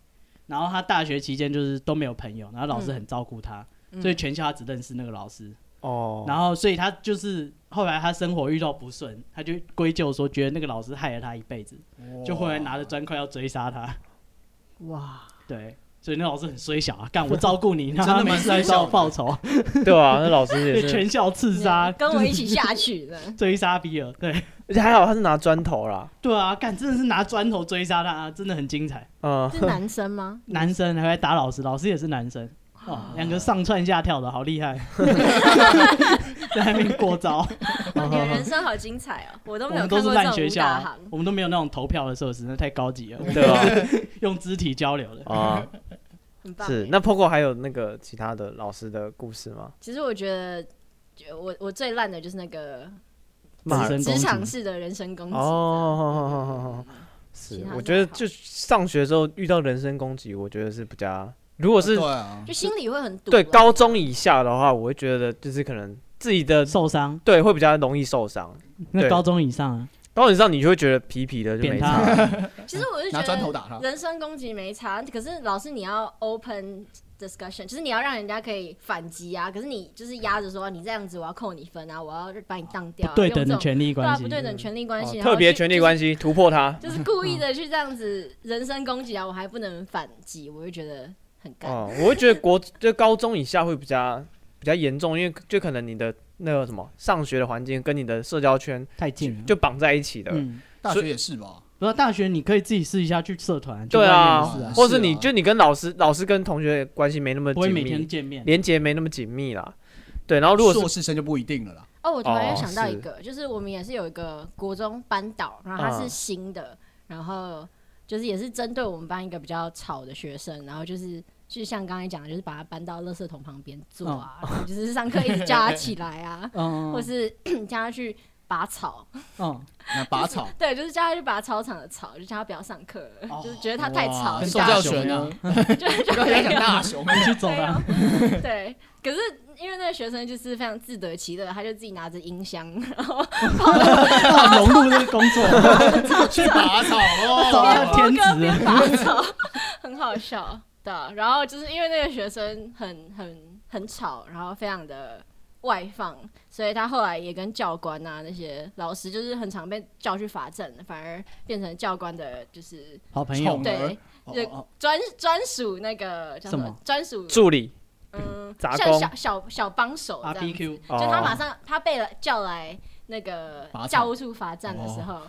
B: 然后他大学期间就是都没有朋友，然后老师很照顾他，
D: 嗯
B: 所以全校他只认识那个老师，
A: 哦，
B: 然后所以他就是后来他生活遇到不顺，他就归咎说觉得那个老师害了他一辈子， 就回来拿着砖块要追杀他。
D: 哇，
B: 对，所以那老师很衰小啊，干我照 顾你，让
C: 真
B: 他
C: 的
B: 每
C: 蛮
B: 次来
C: 衰
B: 找
C: 小
B: 我
C: 的
B: 报仇。
A: 对啊，那老师也
B: 被
A: 是，
B: 全校刺杀，
D: 跟我一起下去的，
B: 追杀比尔，对
A: 而且还好他是拿砖头啦，
B: 对啊，干真的是拿砖头追杀他，真的很精彩。
A: 嗯，
D: 是男 生吗？
B: 男生还会打老师，老师也是男生，哦，两个上蹿下跳的好厉 害，在那边过招。
D: 哇哎你的人生好精彩哦，我都
B: 我
D: 没有
B: 们
D: 看
B: 都是
D: 过这
B: 烂
D: 种
B: 学
D: 武
B: 校、
D: 大
B: 啊
D: 行，。哦
B: 我们都没有那种投票的设施，那太高级了，
A: 对吧？
B: 用肢体交流的。
A: 啊，
D: 很棒
A: 是
D: 欸。
A: 那 Poco 还有那个其他的老师的故事吗？
D: 其实我觉得，就我我最烂的就是那个
A: 骂人
B: 人
D: 职
B: 攻击
D: 场式的人身攻击。
A: 哦，
D: 其
A: 是
D: 他，
A: 我
D: 都
A: 觉得
D: 还好
A: 就上学之后遇到人身攻击，我觉得是比较，如果是
C: 对啊
D: 就，心里会很堵。
A: 对，高中以下的话，我会觉得就是可能自己的
B: 受伤，
A: 对会比较容易受伤。
B: 那
A: 对
B: 高中以上啊，
A: 高中以上你就会觉得皮皮的就
B: 扁
A: 没
B: 他
D: 啊
A: 差，
D: 其实我是觉
C: 拿砖头打
D: 得
C: 他
D: 人身攻击没差，可是老师你要 open discussion，就是你要让人家可以反击啊。可是你就是压着说你这样子我要扣你分啊，我要把你当掉、啊，
B: 不对等的
D: 用这种
B: 权利
D: 对啊
B: 关系，
D: 不对等权利关
A: 哦
D: 系，
A: 特别权力关
D: 系。
A: 系突破他。
D: 就是故意的去这样子人身攻击啊，我还不能反击，我就觉得很干。
A: 哦，我会觉得国就高中以下会比较比较严重，因为就可能你的那个什么上学的环境跟你的社交圈
B: 太近了，
A: 就呃绑在一起的。
B: 嗯，
C: 大
A: 所
C: 学也是吧？
B: 不过大学你可以自己试一下去社团，去
A: 对啊
B: 外面的事
C: 啊
A: 或是你
C: 是啊
A: 就你跟老师老师跟同学关系没那么
B: 不会
A: 紧
B: 每天
A: 密，
B: 见面，，
A: 连接没那么紧密啦。对，然后如果是
C: 硕士生就不一定了啦。
D: 哦，我突然又
A: 哦
D: 想到一
A: 是
D: 个，就是我们也是有一个国中班导，然后他是
A: 嗯
D: 新的，然后就是也是针对我们班一个比较吵的学生，然后就是就像刚才讲的，就是把他搬到垃圾桶旁边坐啊，
C: 嗯
D: 然后就是上课一直叫他起来啊
B: 嗯
D: 或是 叫他去拔草，
B: 嗯，
C: 那 拔草，
D: 对，就是叫他去拔操场的草，就叫他不要上课了，
C: 哦
D: 就是觉得他太吵，
C: 哇
D: 就
C: 受
D: 叫他
C: 教
D: 去
C: 学呢？
D: 就就
C: 不要
D: 没
C: 讲
D: 有
C: 大熊，
B: 你啊去走
D: 对
B: 吧
D: 啊，对，可是因为那个学生就是非常自得其乐，他就自己拿着音箱，然后
B: 好融入这个工作，啊
C: 去拔草
B: 走
C: 哦。
B: 到天
D: 边
B: 职，啊
D: 拔草， 很好笑对啊，然后就是因为那个学生很很很吵，然后非常的外放，所以他后来也跟教官啊那些老师就是很常被叫去罚站，反而变成教官的就是
B: 好朋友
C: 冲，反而
D: 对就
C: 哦哦
D: 专专属那个叫
B: 什么
D: 专属
A: 助理
D: 嗯
A: 杂
D: 像
A: 工
D: 小小小帮手这样子
B: RBQ
A: 哦
D: 就他马上他被叫来那个
C: 罚站
D: 教务处罚站的时候，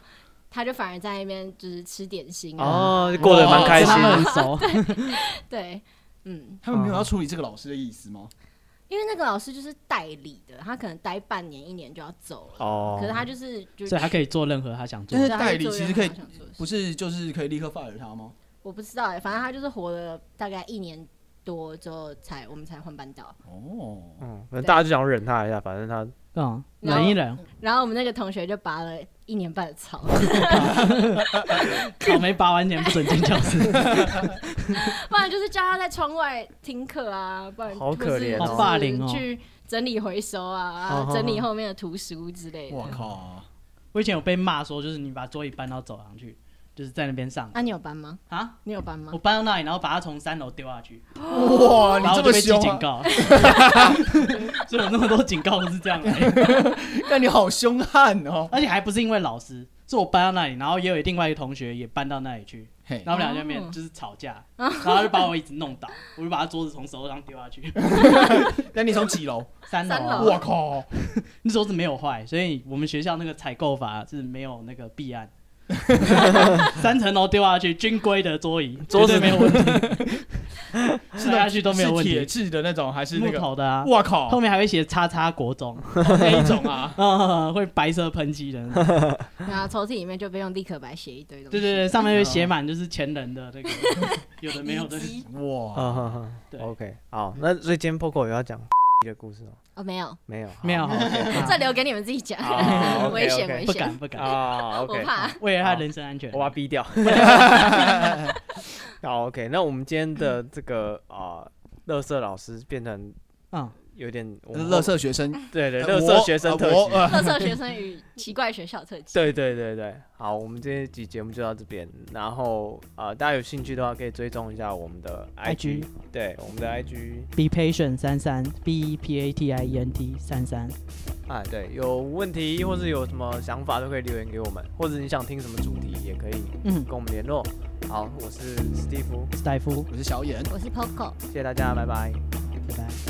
D: 他就反而在那边就是吃点心啊，
A: 哦，就过得蛮开
B: 他
A: 心的。
B: 们很熟，
D: 对，嗯，
C: 他们没有要处理这个老师的意思
B: 哦
C: 吗？
D: 因为那个老师就是代理的，他可能待半年一年就要走了，
A: 哦，
D: 可是他就是就
B: 所以他可
D: 以，
B: 以做任何他想做
C: 但。是
D: 对他
C: 代理
D: 就做
C: 其实
D: 任何
C: 可以
D: 他想做的事
C: 不是，就是可以立刻 fire 他吗？
D: 我不知道哎、反正他就是活了大概一年多之后才我们才换班导，
C: 哦，
A: 嗯，反正大家就想忍他一下，反正他
B: 嗯，
D: 然后
B: 忍一忍，
D: 然后我们那个同学就拔了一年半的草，
B: 草莓拔完前不准进教室，
D: 不然就是叫他在窗外听课啊，不然
A: 好可怜哦
D: 或是
B: 好霸凌哦
D: 或是去整理回收啊，
A: 好好好
D: 整理后面的图书之
B: 啊
D: 类的。
C: 我靠，
B: 我以前有被骂说，就是你把桌椅搬到走廊去，就是在那边上
D: 啊，你有搬吗？
B: 啊。
D: 你有搬吗
B: 我？搬到那里，然后把它从三楼丢下去，
C: 哇，
B: 哦然
C: 你
B: 后我
C: 这
B: 就
C: 么
B: 被记
C: 凶
B: 警
C: 啊！
B: 告。 所以我那么多警告都是这样来的。
C: 但你好凶悍哦。
B: 而且还不是因为老师，是我搬到那里，然后也有另外一个同学也搬到那里去，
C: 嘿，
B: 然后我们俩在那
D: 哦
B: 边就是吵架，然后他就把我椅子弄倒，我就把他桌子从手上丢下去，
C: 那你从 几楼？
B: 三楼
D: 三
B: 啊。
D: 楼
B: 哇
C: 我靠，
B: 那手指没有坏，所以我们学校那个采购法是没有那个弊案。三层楼丢下去，军规的桌椅，
A: 桌子
B: 绝对没有问题，
C: 是
B: 摔
C: 那
B: 下去都没有问
C: 是铁
B: 题。
C: 质的那种还是那
B: 木
C: 个？
B: 头的啊，
C: 我
B: 后
C: 靠，
B: 面还会写“叉叉国中？
C: 那一种啊”，
B: 嗯，会白色喷漆的那种。
D: 然后抽屉里面就被用立可白写一堆东西。
B: 对对对，上面会写满就是前人的那个，有的没 有的
D: 遗。迹
C: 哇，
A: 嗯哼 哼
B: 对
A: ，OK，好，那所以今天 Poco 有要讲 的故事吗？
D: 哦，没有，
A: 没有，好
B: 没有，好
D: 这留给你们自己讲
A: 哦，
D: 危险
A: 啊 OK，OK
D: 危
B: 啊不
D: 险
B: 敢，不 敢，
A: 啊
D: 我
A: ，OK，
D: 怕。
B: 为了他人身安全
A: 我，把它逼掉。好，OK，那我们今天的这个啊，乐色老师变成
B: 嗯，
A: 有点我们
C: 乐色学生，
A: 对对，
C: 呃
A: 乐
C: 我
A: 色学生
C: 呃
A: 特
C: 我
A: 辑。
C: 呃
D: 特色学生与奇怪学校特辑。
A: 对对对对，好，我们这一集节目就到这边，然后呃，大家有兴趣的话可以追踪一下我们的
B: IG
A: 对，我们的 IG
B: Be patient 三三 B E P A T I E N T 三三，
A: 啊，对，有问题或是有什么想法都可以留言给我们，或者你想听什么主题也可以
B: 嗯，
A: 跟我们联络。好，我是史蒂夫，
B: 史蒂夫，
C: 我是小眼。
D: 我是 Poco。
A: 谢谢大家，拜拜。
B: 拜拜。